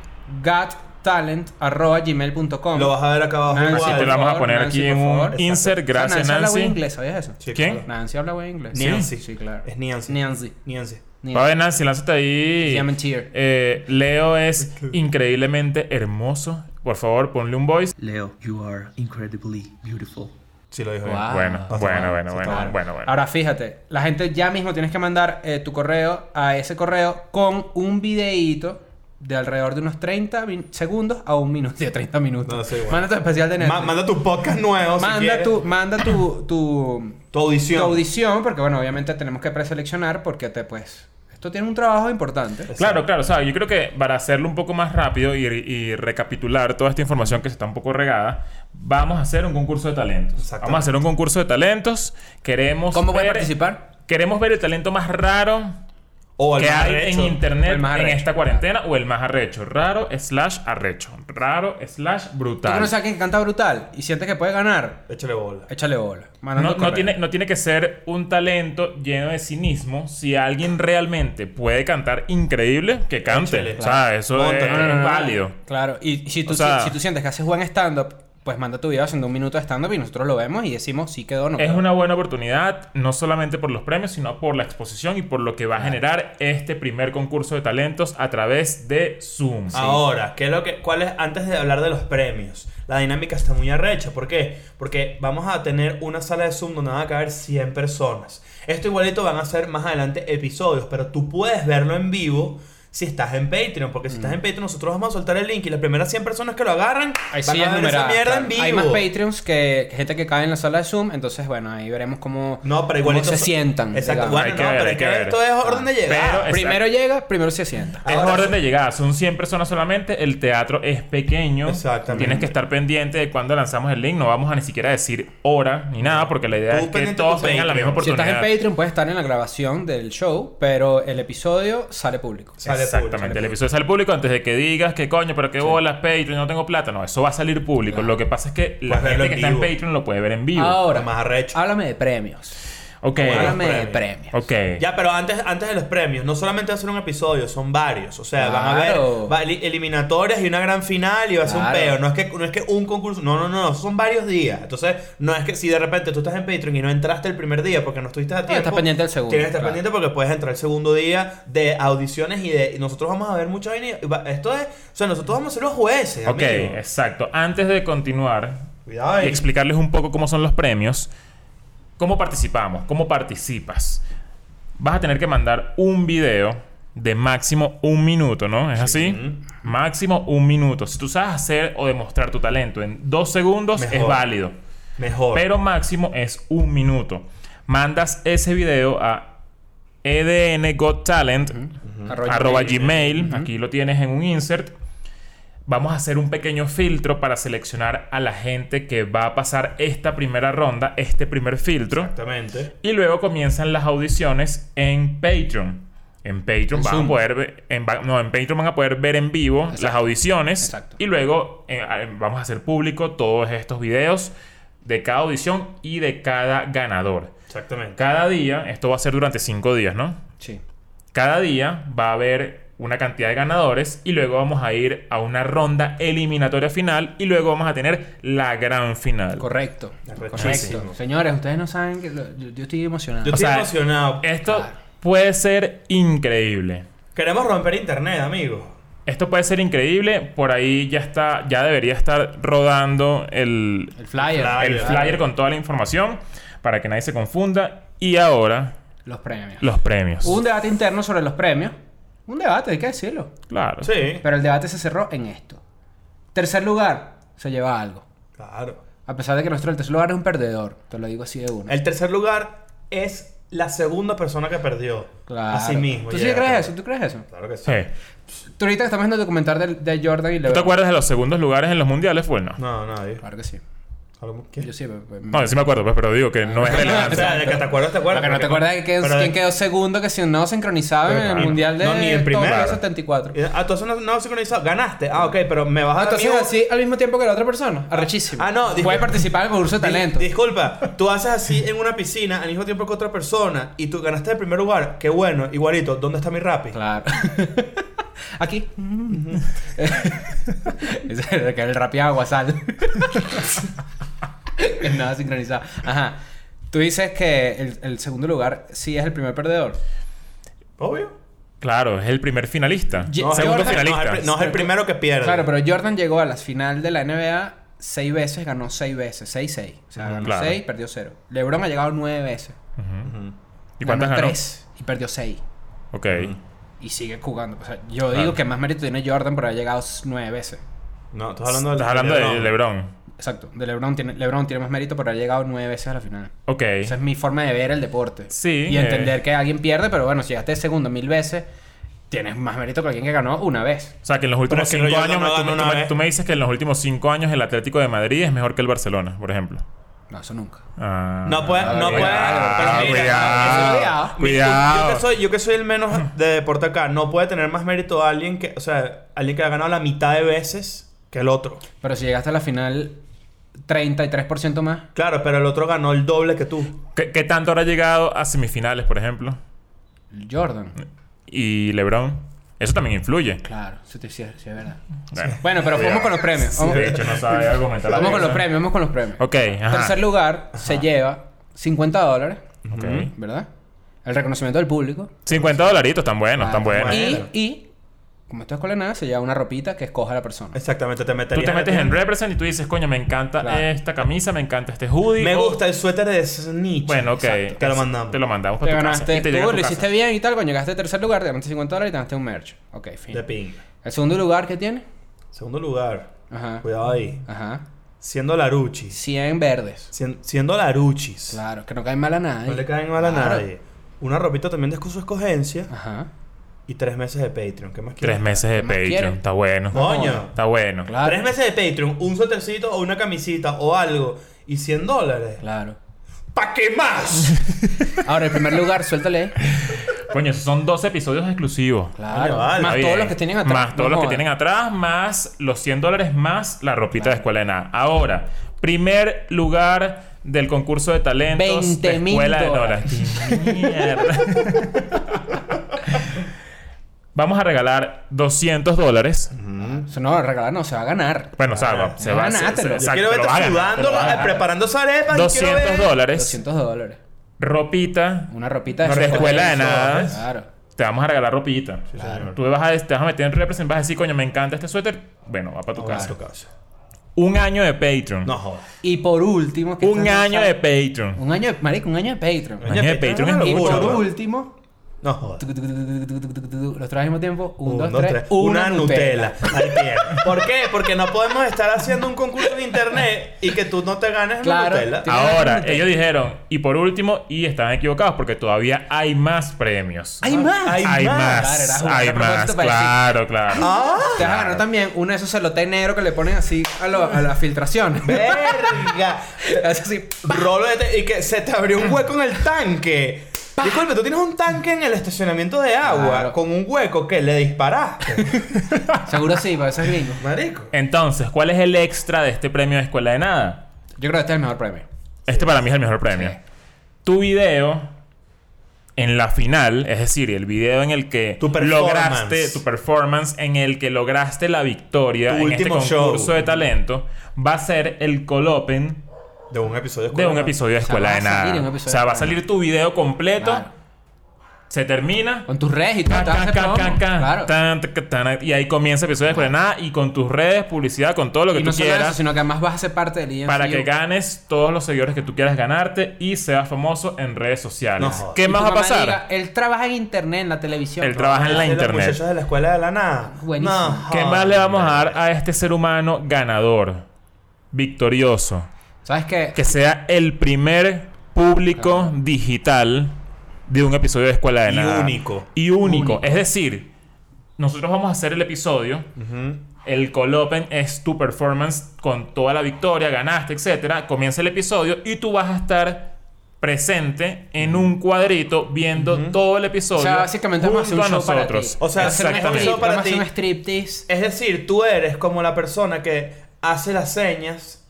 Speaker 4: edngottalent.gmail.com
Speaker 3: Lo vas a ver acá abajo
Speaker 4: Nancy,
Speaker 2: Así
Speaker 3: igual.
Speaker 2: te la vamos a poner
Speaker 4: Nancy,
Speaker 2: aquí
Speaker 4: por
Speaker 2: en
Speaker 4: favor.
Speaker 2: un insert. Gracias,
Speaker 4: Nancy. habla buen
Speaker 2: Nancy.
Speaker 4: inglés, ¿sabías eso?
Speaker 3: Sí,
Speaker 2: ¿Quién?
Speaker 3: claro.
Speaker 4: Nancy habla buen inglés.
Speaker 3: Nancy.
Speaker 4: Sí, claro.
Speaker 3: Es Nancy.
Speaker 4: Nancy.
Speaker 3: Nancy.
Speaker 4: Nancy.
Speaker 2: Va a ver, Nancy, lánzate ahí.
Speaker 4: Llamen cheer.
Speaker 2: Eh, Leo es increíblemente hermoso. Por favor, ponle un voice.
Speaker 5: Leo, you are incredibly beautiful.
Speaker 3: Sí, lo dijo
Speaker 4: Wow.
Speaker 3: bien.
Speaker 2: Bueno,
Speaker 3: Está
Speaker 2: bueno,
Speaker 3: mal,
Speaker 2: bueno,
Speaker 3: está
Speaker 2: bueno,
Speaker 3: mal.
Speaker 2: bueno, bueno.
Speaker 4: Ahora fíjate, la gente ya mismo tienes que mandar eh, tu correo a ese correo con un videíto de alrededor de unos 30 min- segundos a un minuto, de 30 minutos.
Speaker 3: No, sí, bueno.
Speaker 4: Manda tu especial de
Speaker 3: Ma-
Speaker 4: Netflix.
Speaker 3: manda tus podcast nuevos. si
Speaker 4: manda
Speaker 3: quieres.
Speaker 4: tu, manda tu, tu,
Speaker 3: Tu audición.
Speaker 4: tu audición, porque bueno, obviamente tenemos que preseleccionar porque te pues... Esto tiene un trabajo importante.
Speaker 2: Claro, claro, o sea, yo creo que para hacerlo un poco más rápido y, y recapitular toda esta información que se está un poco regada, vamos a hacer un concurso de talentos.
Speaker 3: Exactamente.
Speaker 2: Vamos a hacer un concurso de talentos. Queremos
Speaker 4: ¿Cómo puedes
Speaker 2: ver-
Speaker 4: participar?
Speaker 2: Queremos ver el talento más raro
Speaker 3: O el
Speaker 2: que
Speaker 3: más
Speaker 2: hay
Speaker 3: arrecho.
Speaker 2: en internet
Speaker 4: O el más
Speaker 2: en
Speaker 4: arrecho.
Speaker 2: esta cuarentena o el más arrecho. Raro slash arrecho. Raro slash
Speaker 4: Tú
Speaker 2: brutal.
Speaker 4: conoces a alguien que canta brutal y sientes que puede ganar,
Speaker 3: Échale bola.
Speaker 4: échale bola. Manda
Speaker 2: No,
Speaker 4: tu
Speaker 2: no
Speaker 4: correo.
Speaker 2: tiene, no tiene que ser un talento lleno de cinismo. Si alguien realmente puede cantar increíble, que cante.
Speaker 3: Échale.
Speaker 2: o sea, eso es,
Speaker 3: Ponte.
Speaker 4: No, no, no,
Speaker 2: es
Speaker 4: no, no.
Speaker 2: válido.
Speaker 4: Ah, Claro, y si tú,
Speaker 2: O sea-
Speaker 4: si, tú sientes que haces buen stand-up, pues manda tu video haciendo un minuto de stand-up y nosotros lo vemos y decimos si quedó o no.
Speaker 2: Es
Speaker 4: quedó.
Speaker 2: una buena oportunidad, no solamente por los premios, sino por la exposición y por lo que va a generar este primer concurso de talentos a través de Zoom.
Speaker 3: Ahora, ¿qué es lo que, ¿cuál es? Antes de hablar de los premios, la dinámica está muy arrecha. ¿Por qué? Porque vamos a tener una sala de Zoom donde van a caber 100 personas. Esto igualito van a ser más adelante episodios, pero tú puedes verlo en vivo si estás en Patreon. Porque si estás en Patreon, nosotros vamos a soltar el link y las primeras 100 personas que lo agarran
Speaker 4: Ahí
Speaker 3: van
Speaker 4: sí
Speaker 3: a
Speaker 4: es
Speaker 3: ver
Speaker 4: numerada,
Speaker 3: esa mierda
Speaker 4: claro.
Speaker 3: en vivo.
Speaker 4: Hay más Patreons que que gente que cae en la sala de Zoom, entonces bueno, ahí veremos cómo,
Speaker 3: No, pero igualito.
Speaker 4: cómo se
Speaker 3: so-
Speaker 4: sientan.
Speaker 3: Exacto.
Speaker 4: digamos.
Speaker 3: Bueno,
Speaker 2: Hay
Speaker 3: no,
Speaker 2: que ver,
Speaker 3: pero
Speaker 2: hay
Speaker 3: es
Speaker 2: que
Speaker 3: que
Speaker 2: ver.
Speaker 3: esto es orden de llegar.
Speaker 2: Pero-
Speaker 4: primero llega, primero se sienta.
Speaker 2: Es
Speaker 3: Ahora-
Speaker 2: orden de llegada, son 100 personas solamente, el teatro es pequeño,
Speaker 3: Exactamente.
Speaker 2: tienes que estar pendiente de cuando lanzamos el link, no vamos a ni siquiera decir hora ni nada, porque la idea
Speaker 3: Tú
Speaker 2: es que
Speaker 3: pendiente
Speaker 2: todos
Speaker 3: de tu
Speaker 2: tengan la misma
Speaker 3: Patreon.
Speaker 4: Si
Speaker 2: oportunidad.
Speaker 4: estás en Patreon puedes estar en la grabación del show, pero el episodio sale público.
Speaker 3: Sale
Speaker 2: Exactamente,
Speaker 3: público.
Speaker 2: el episodio sale al público antes de que digas que coño, pero qué bolas, Patreon, no tengo plata, no, eso va a salir público, lo que pasa es que la
Speaker 3: Puedes verlo
Speaker 2: gente
Speaker 3: en
Speaker 2: que está en
Speaker 3: vivo.
Speaker 2: Patreon lo puede ver en vivo.
Speaker 4: Ahora,
Speaker 3: Lo más arrecho.
Speaker 4: háblame de premios.
Speaker 2: ok,
Speaker 4: háblame de
Speaker 3: premios.
Speaker 4: premios.
Speaker 2: ok.
Speaker 3: Ya, pero antes, antes de los premios, no solamente va a ser un episodio, son varios. O sea, van a haber
Speaker 4: Claro.
Speaker 3: va- eli- eliminatorias y una gran final y va a ser
Speaker 4: Claro.
Speaker 3: un peo. No es, que, no es que un concurso. No, no, no, son varios días. Entonces, no es que si de repente tú estás en Patreon y no entraste el primer día porque no estuviste a tiempo.
Speaker 4: estás pendiente del segundo,
Speaker 3: Tienes que estar
Speaker 4: claro.
Speaker 3: pendiente porque puedes entrar el segundo día de audiciones y de. y nosotros vamos a ver mucho Esto es. O sea, nosotros vamos a ser los jueces.
Speaker 2: Ok,
Speaker 3: amigo.
Speaker 2: exacto. Antes de continuar
Speaker 3: Cuidado
Speaker 2: y
Speaker 3: ahí.
Speaker 2: explicarles un poco cómo son los premios, cómo participamos, cómo participas. Vas a tener que mandar un video de máximo un minuto, ¿no? ¿Es así? Máximo un minuto. Si tú sabes hacer o demostrar tu talento en dos segundos, es
Speaker 3: Mejor.
Speaker 2: válido.
Speaker 3: Mejor.
Speaker 2: Pero máximo es un minuto. Mandas ese video a EDN Got Talent,
Speaker 4: Arroba
Speaker 2: arroba
Speaker 4: Gmail.
Speaker 2: Gmail. Aquí lo tienes en un insert. Vamos a hacer un pequeño filtro para seleccionar a la gente que va a pasar esta primera ronda, este primer filtro.
Speaker 3: Exactamente.
Speaker 2: Y luego comienzan las audiciones en Patreon. En Patreon van
Speaker 4: Zoom.
Speaker 2: a poder ver, en, va- no, en Patreon van a poder ver en vivo las audiciones.
Speaker 4: Exacto.
Speaker 2: Y luego eh, a- vamos a hacer público todos estos videos de cada audición y de cada ganador.
Speaker 3: Exactamente.
Speaker 2: Cada día, esto va a ser durante cinco días, ¿no?
Speaker 4: Sí.
Speaker 2: Cada día va a haber una cantidad de ganadores y luego vamos a ir a una ronda eliminatoria final y luego vamos a tener la gran final.
Speaker 4: Correcto.
Speaker 3: Correcto.
Speaker 4: Correcto. Señores, ustedes no saben que lo- yo, yo estoy emocionado.
Speaker 3: Yo
Speaker 2: O
Speaker 3: estoy
Speaker 2: sea,
Speaker 3: emocionado.
Speaker 2: Esto puede ser increíble.
Speaker 3: Queremos romper internet, amigos.
Speaker 2: Esto puede ser increíble. Por ahí ya está, ya debería estar rodando el,
Speaker 4: El flyer.
Speaker 3: Flyer.
Speaker 2: el flyer con toda la información para que nadie se confunda. Y ahora,
Speaker 4: Los premios.
Speaker 2: los premios.
Speaker 4: Hubo un debate interno sobre los premios. Un debate, hay que decirlo.
Speaker 2: Claro.
Speaker 3: Sí.
Speaker 4: Pero el debate se cerró en esto. Tercer lugar, se lleva algo.
Speaker 3: Claro.
Speaker 4: A pesar de que nuestro tercer lugar es un perdedor. Te lo digo así de uno.
Speaker 3: El tercer lugar es la segunda persona que perdió.
Speaker 4: Claro.
Speaker 3: Así mismo.
Speaker 4: ¿Tú sí
Speaker 3: llega,
Speaker 4: crees
Speaker 3: pero-
Speaker 4: eso? ¿Tú crees eso?
Speaker 3: Claro que sí.
Speaker 2: Sí.
Speaker 4: Tú ahorita que estás viendo el documental del- de, Jordan y
Speaker 2: ¿Tú te
Speaker 4: LeBron.
Speaker 2: acuerdas de los segundos lugares en los mundiales? Fue no. No,
Speaker 3: No, nadie.
Speaker 4: Claro que sí.
Speaker 3: ¿Algo- ¿Qué?
Speaker 4: Yo sí. pero- pero-
Speaker 2: sí me acuerdo, pues, pero digo que no es
Speaker 3: Ah, o
Speaker 2: relevante.
Speaker 3: sea, de que te acuerdas, te acuerdas.
Speaker 4: Porque no te
Speaker 3: porque-
Speaker 4: acuerdas de quién,
Speaker 3: pero-
Speaker 4: quién quedó segundo que si no sincronizaba en el
Speaker 2: claro.
Speaker 4: mundial de
Speaker 3: No, ni en
Speaker 4: Tokio
Speaker 3: primero.
Speaker 4: 74.
Speaker 3: Ah, entonces no, no sincronizado. Ganaste. Ah, ok, pero me vas a
Speaker 4: Ah,
Speaker 3: dar
Speaker 4: entonces
Speaker 3: miedo.
Speaker 4: así al mismo tiempo que la otra persona. Arrechísimo.
Speaker 3: Ah, no, disculpa.
Speaker 4: Puedes participar en el concurso de
Speaker 3: Di-
Speaker 4: talento.
Speaker 3: disculpa, tú haces así en una piscina al mismo tiempo que otra persona y tú ganaste el primer lugar. Qué bueno, igualito. ¿Dónde está mi Rappi?
Speaker 4: Claro. Aquí. Ese que el rapeado guasal. Que Nada sincronizado. Ajá. Tú dices que el, el segundo lugar sí es el primer perdedor.
Speaker 3: Obvio.
Speaker 2: Claro, es el primer finalista.
Speaker 4: Ye- Jordan-
Speaker 2: Segundo
Speaker 3: no,
Speaker 2: finalista.
Speaker 3: es el, no es el primero que pierde.
Speaker 4: Claro, pero Jordan llegó a la final de la NBA seis veces, ganó seis veces, seis, seis. O sea, ganó
Speaker 2: Claro.
Speaker 4: seis, perdió cero. LeBron ha llegado nueve veces.
Speaker 3: Ujú.
Speaker 2: ¿Y cuántas
Speaker 4: ganó?
Speaker 2: ganó?
Speaker 4: Tres y perdió seis.
Speaker 2: Ok.
Speaker 4: Y sigue jugando. O sea, yo
Speaker 2: Claro.
Speaker 4: digo que más mérito tiene Jordan por haber llegado nueve veces.
Speaker 3: No, estás hablando del-
Speaker 2: Estás hablando de
Speaker 3: LeBron.
Speaker 2: LeBron.
Speaker 4: Exacto. De LeBron tiene, LeBron tiene más mérito por haber llegado nueve veces a la final.
Speaker 2: Ok.
Speaker 4: Esa es mi forma de ver el deporte.
Speaker 2: Sí,
Speaker 4: Y
Speaker 2: eh.
Speaker 4: entender que alguien pierde, pero bueno, si llegaste de segundo mil veces, tienes más mérito que alguien que ganó una vez.
Speaker 2: O sea, que en los últimos
Speaker 3: Pero es que
Speaker 2: cinco
Speaker 3: Jordan
Speaker 2: años...
Speaker 3: no
Speaker 2: me- tú
Speaker 3: ganó
Speaker 2: me-
Speaker 3: una
Speaker 2: tú me-
Speaker 3: vez.
Speaker 2: Tú me dices que en los últimos cinco años el Atlético de Madrid es mejor que el Barcelona, por ejemplo.
Speaker 4: No, eso nunca.
Speaker 2: Ah.
Speaker 3: No puede, no puede.
Speaker 2: Cuidado,
Speaker 3: pero mira,
Speaker 2: cuidado,
Speaker 3: eso-
Speaker 2: cuidado.
Speaker 3: Yo, que soy, yo que soy el menos de deporte acá, no puede tener más mérito alguien que, o sea, alguien que ha ganado la mitad de veces que el otro.
Speaker 4: Pero si llegaste a la final 33% más,
Speaker 3: Claro, pero el otro ganó el doble que tú.
Speaker 2: ¿Qué, qué tanto habrá llegado a semifinales, por ejemplo?
Speaker 4: Jordan.
Speaker 2: Eh. Y LeBron. Eso también influye.
Speaker 4: Claro, eso te, sí, es- sí es verdad.
Speaker 2: Bueno,
Speaker 4: Bueno, pero vamos con los premios. Vamos,
Speaker 2: de hecho, no sabe argumentar. la
Speaker 4: vamos con los
Speaker 2: cosa.
Speaker 4: premios, vamos con los premios.
Speaker 2: Ok, ajá.
Speaker 4: Tercer lugar se lleva 50 dólares,
Speaker 2: Ok.
Speaker 4: ¿verdad? El reconocimiento del público.
Speaker 2: 50 dolaritos, tan buenos, tan
Speaker 4: Claro.
Speaker 2: buenos.
Speaker 4: Y,
Speaker 3: Bueno.
Speaker 4: y, como esto es con la nada, se lleva una ropita que escoja la persona.
Speaker 3: Exactamente, te meterías.
Speaker 2: Tú te
Speaker 3: la
Speaker 2: metes en
Speaker 3: tienda.
Speaker 2: Represent y tú dices, coño, me encanta
Speaker 4: Claro.
Speaker 2: esta camisa, me encanta este hoodie.
Speaker 3: Me
Speaker 2: o-
Speaker 3: gusta el suéter de Snitch.
Speaker 2: Bueno, ok.
Speaker 3: Exacto, Te lo mandamos.
Speaker 2: Te lo mandamos para
Speaker 4: Te
Speaker 2: tu casa.
Speaker 4: ganaste,
Speaker 2: Y te
Speaker 4: tú
Speaker 2: llega a
Speaker 4: lo
Speaker 2: tu casa.
Speaker 4: hiciste bien y tal, cuando llegaste a tercer lugar, te ganaste 50 dólares y te ganaste un merch. Ok, fin.
Speaker 3: De ping.
Speaker 4: El segundo lugar que tiene,
Speaker 3: Segundo lugar.
Speaker 4: ajá,
Speaker 3: Cuidado ahí.
Speaker 4: ajá,
Speaker 3: Siendo laruchis.
Speaker 4: 100 verdes.
Speaker 3: Sien- siendo laruchis.
Speaker 4: Claro, que no caen mal a nadie.
Speaker 3: No le caen mal a
Speaker 4: Claro.
Speaker 3: nadie. Una ropita también de su escogencia.
Speaker 4: Ajá.
Speaker 3: Y tres meses de Patreon. ¿Qué más quieres?
Speaker 2: Tres meses de
Speaker 4: ¿Qué más
Speaker 2: Patreon.
Speaker 4: quieres?
Speaker 2: Está bueno.
Speaker 3: Coño.
Speaker 2: Está bueno.
Speaker 4: Claro.
Speaker 3: Tres meses de Patreon, un suétercito o una camisita o algo. Y 100 dólares.
Speaker 4: Claro.
Speaker 3: ¿Pa' qué más?
Speaker 4: Ahora, el primer lugar, suéltale.
Speaker 2: Coño, esos son 12 episodios exclusivos.
Speaker 4: Claro.
Speaker 3: Coño, vale.
Speaker 4: Más
Speaker 2: Está
Speaker 4: todos
Speaker 2: bien.
Speaker 4: los que tienen atrás.
Speaker 2: Más todos
Speaker 4: No
Speaker 2: los que
Speaker 4: jodas.
Speaker 2: tienen atrás, más los 100 dólares, más la ropita de escuela de nada. Ahora, primer lugar del concurso de talentos
Speaker 4: 20
Speaker 2: de
Speaker 4: mil
Speaker 2: escuela de
Speaker 4: dólares.
Speaker 2: dólares. Mierda. Vamos a regalar 200 dólares.
Speaker 4: Eso no, regalar no, se va a ganar.
Speaker 2: Bueno, o sea, va- se va a
Speaker 4: Gánatelo. Yo
Speaker 3: Yo quiero verte sudando, eh, preparando esa arepa. y quiero
Speaker 2: 200
Speaker 3: ver-
Speaker 2: dólares,
Speaker 4: 200 dólares.
Speaker 2: ropita.
Speaker 4: Una ropita de
Speaker 2: No, de
Speaker 4: esos
Speaker 2: escuela de
Speaker 4: colores.
Speaker 2: nada.
Speaker 4: Claro.
Speaker 2: Te vamos a regalar ropita. Tú vas a, te vas a meter en represent, vas a decir, coño, me encanta este suéter. Bueno, va para tu
Speaker 3: Claro.
Speaker 2: casa. Un año de Patreon.
Speaker 3: No jodas.
Speaker 4: Y por último... que
Speaker 2: Un
Speaker 4: esto no
Speaker 2: año
Speaker 4: sabe-
Speaker 2: de Patreon.
Speaker 4: Un año de... Marico, un año de Patreon.
Speaker 2: año de Patreon es
Speaker 4: Y
Speaker 2: Locura,
Speaker 4: por
Speaker 2: bro.
Speaker 4: último,
Speaker 3: No jodas.
Speaker 4: Tucu, tucu, tucu, tucu, tucu, tucu, tucu, tucu. Los tres al mismo tiempo. Un,
Speaker 3: Un,
Speaker 4: dos, tres.
Speaker 3: Una Nutella. Ahí tiene. ¿Por qué? Porque no podemos estar haciendo un concurso en internet y que tú no te ganes
Speaker 4: Claro.
Speaker 3: una Nutella.
Speaker 4: Tiene
Speaker 2: Ahora,
Speaker 4: bastante.
Speaker 2: ellos dijeron, y por último, y están equivocados porque todavía hay más premios.
Speaker 4: ¡Hay más!
Speaker 3: Hay
Speaker 2: Ah, Hay
Speaker 3: más.
Speaker 2: más,
Speaker 4: Claro, era
Speaker 2: hay
Speaker 4: un propósito
Speaker 2: más,
Speaker 4: para decir-
Speaker 2: claro, claro.
Speaker 3: ¡Ah!
Speaker 4: Te vas a ganar también uno de esos celotes negros que le ponen así a, lo- a la filtración.
Speaker 3: ¡Verga!
Speaker 4: Hace así.
Speaker 3: Rolo de te- y que se te abrió un hueco en el tanque. Disculpe, tú tienes un tanque en el estacionamiento de agua
Speaker 4: Claro.
Speaker 3: con un hueco que le disparaste.
Speaker 4: Seguro sí, para esos gringos.
Speaker 3: Marico.
Speaker 2: Entonces, ¿cuál es el extra de este premio de Escuela de Nada?
Speaker 4: Yo creo que este es el mejor premio.
Speaker 2: Este para mí es el mejor premio. Tu video en la final, es decir, el video en el que
Speaker 3: Tu performance.
Speaker 2: lograste tu performance, en el que lograste la victoria
Speaker 3: Tu
Speaker 2: en este
Speaker 3: último show.
Speaker 2: concurso de talento, va a ser el colopen
Speaker 3: De un episodio
Speaker 2: de un
Speaker 3: escolar.
Speaker 2: episodio de
Speaker 4: O sea,
Speaker 2: Escuela
Speaker 4: va a
Speaker 2: de Nada.
Speaker 4: salir un
Speaker 2: O
Speaker 4: episodio
Speaker 2: sea,
Speaker 4: de
Speaker 2: va a
Speaker 4: Escuela de
Speaker 2: salir tu video completo,
Speaker 4: Claro.
Speaker 2: se termina.
Speaker 4: Con tus redes y todo.
Speaker 2: Can,
Speaker 4: te vas a
Speaker 2: can,
Speaker 4: hacer
Speaker 2: can,
Speaker 4: promo.
Speaker 2: can, can.
Speaker 4: Claro.
Speaker 2: Tan, tac, tan, Y ahí comienza el episodio de Escuela de Nada y con tus redes, publicidad, con todo lo que
Speaker 4: Y
Speaker 2: tú
Speaker 4: no solo eso,
Speaker 2: quieras.
Speaker 4: sino que además vas a ser parte del EMCU.
Speaker 2: Para que ganes todos los seguidores que tú quieras ganarte y seas famoso en redes sociales.
Speaker 3: No jodas.
Speaker 2: ¿Qué
Speaker 4: Y tu
Speaker 2: más va a
Speaker 4: mamá
Speaker 2: pasar?
Speaker 4: diga, él trabaja en internet, en la televisión.
Speaker 2: Él trabaja en la
Speaker 3: De los muchachos
Speaker 2: internet.
Speaker 3: de la escuela de la nada.
Speaker 4: Buenísimo.
Speaker 3: No,
Speaker 2: ¿Qué más le vamos a dar a este ser humano ganador, victorioso,
Speaker 4: ¿Sabes qué?
Speaker 2: que sea el primer público digital de un episodio de Escuela de
Speaker 3: Y
Speaker 2: Nada?
Speaker 3: único.
Speaker 2: Y único.
Speaker 4: Único.
Speaker 2: Es decir, nosotros vamos a hacer el episodio. El Colopen es tu performance con toda la victoria, ganaste, etcétera. Comienza el episodio y tú vas a estar presente en un cuadrito viendo todo el episodio.
Speaker 4: o sea, básicamente vamos a hacer un
Speaker 2: junto
Speaker 4: show para ti.
Speaker 2: nosotros.
Speaker 3: O sea,
Speaker 4: Vamos a hacer un
Speaker 3: exactamente.
Speaker 4: strip,
Speaker 3: Para
Speaker 4: vamos a hacer
Speaker 3: ti.
Speaker 4: un striptease.
Speaker 3: Es decir, tú eres como la persona que hace las señas,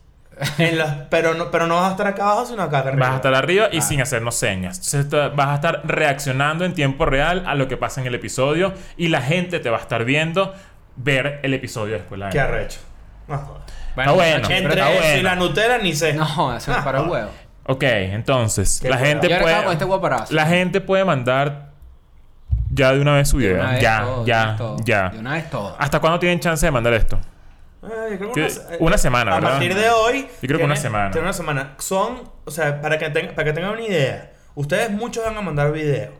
Speaker 3: en las- pero, no, pero no vas a estar acá abajo, sino acá arriba. Ah.
Speaker 2: Vas a estar arriba y sin hacernos señas. Entonces te- vas a estar reaccionando en tiempo real a lo que pasa en el episodio y la gente te va a estar viendo ver el episodio de Escuela de
Speaker 3: Qué
Speaker 2: Nada.
Speaker 3: arrecho. No jodas.
Speaker 2: Ah, bueno.
Speaker 4: muchachos,
Speaker 3: Entre
Speaker 2: está
Speaker 3: eso y
Speaker 2: bueno.
Speaker 3: la Nutella ni sé.
Speaker 4: No, jodas, se me
Speaker 3: Ah,
Speaker 4: paró el
Speaker 3: joder.
Speaker 4: huevo.
Speaker 2: Ok, entonces,
Speaker 3: Qué
Speaker 2: la
Speaker 3: hueva.
Speaker 2: gente
Speaker 4: Yo ahora
Speaker 2: puede...
Speaker 4: acabo con este guaparazo.
Speaker 2: La gente puede mandar ya de una vez su
Speaker 4: De
Speaker 2: video.
Speaker 4: una vez
Speaker 2: ya,
Speaker 4: todo, de una
Speaker 2: ya,
Speaker 4: vez todo,
Speaker 2: ya.
Speaker 4: De una vez todo.
Speaker 2: ¿Hasta cuándo tienen chance de mandar esto?
Speaker 3: Eh, yo creo que
Speaker 2: Yo-
Speaker 3: eh,
Speaker 2: una semana,
Speaker 3: A
Speaker 2: ¿verdad?
Speaker 3: partir de hoy. Yo
Speaker 2: creo que una semana.
Speaker 3: Tiene una semana. Son, o sea, para que, tengan, para que tengan una idea, ustedes muchos van a mandar video.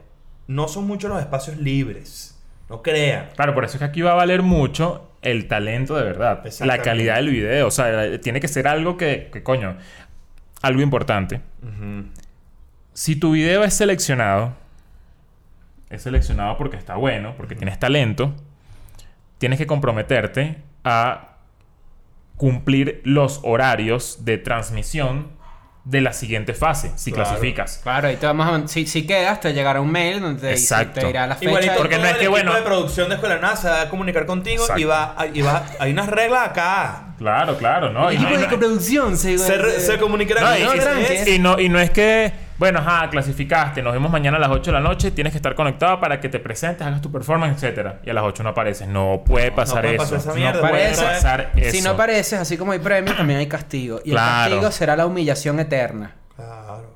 Speaker 3: No son muchos los espacios libres. No crean.
Speaker 2: Claro, por eso es que aquí va a valer mucho el talento de verdad. La
Speaker 3: Exactamente.
Speaker 2: calidad del video. O sea, la- tiene que ser algo que, que coño, algo importante. Si tu video es seleccionado, es seleccionado porque está bueno, porque tienes talento, tienes que comprometerte a cumplir los horarios de transmisión de la siguiente fase, si
Speaker 3: Claro.
Speaker 2: clasificas.
Speaker 4: Claro, y te vamos a... Si, si quedas, te llegará un mail donde te,
Speaker 2: Exacto.
Speaker 4: te dirá la fecha.
Speaker 3: Igualito,
Speaker 2: Porque
Speaker 3: todo
Speaker 2: no es
Speaker 3: el
Speaker 2: que,
Speaker 3: equipo
Speaker 2: bueno-
Speaker 3: de producción de Escuela de Nada se va a comunicar contigo y
Speaker 2: Exacto.
Speaker 3: va, a- y va. Hay unas reglas acá.
Speaker 2: Claro, claro, ¿no? Y
Speaker 4: equipo
Speaker 2: no- y
Speaker 4: de
Speaker 2: no-
Speaker 4: coproducción, se...
Speaker 3: Se, re- se comunicará
Speaker 2: No, y,
Speaker 3: contigo.
Speaker 2: y-
Speaker 4: gracias.
Speaker 2: y no, y no es que, bueno, ajá, clasificaste, nos vemos mañana a las 8 de la noche, tienes que estar conectado para que te presentes, hagas tu performance, etcétera. Y a las 8 no apareces. No puede pasar
Speaker 3: puede
Speaker 2: eso.
Speaker 3: pasar esa
Speaker 2: no
Speaker 3: mierda,
Speaker 2: puede
Speaker 4: puede
Speaker 2: pasar eso.
Speaker 4: Si no apareces, así como hay premio, también hay castigo. Y
Speaker 2: Claro.
Speaker 4: el castigo será la humillación eterna.
Speaker 3: Claro.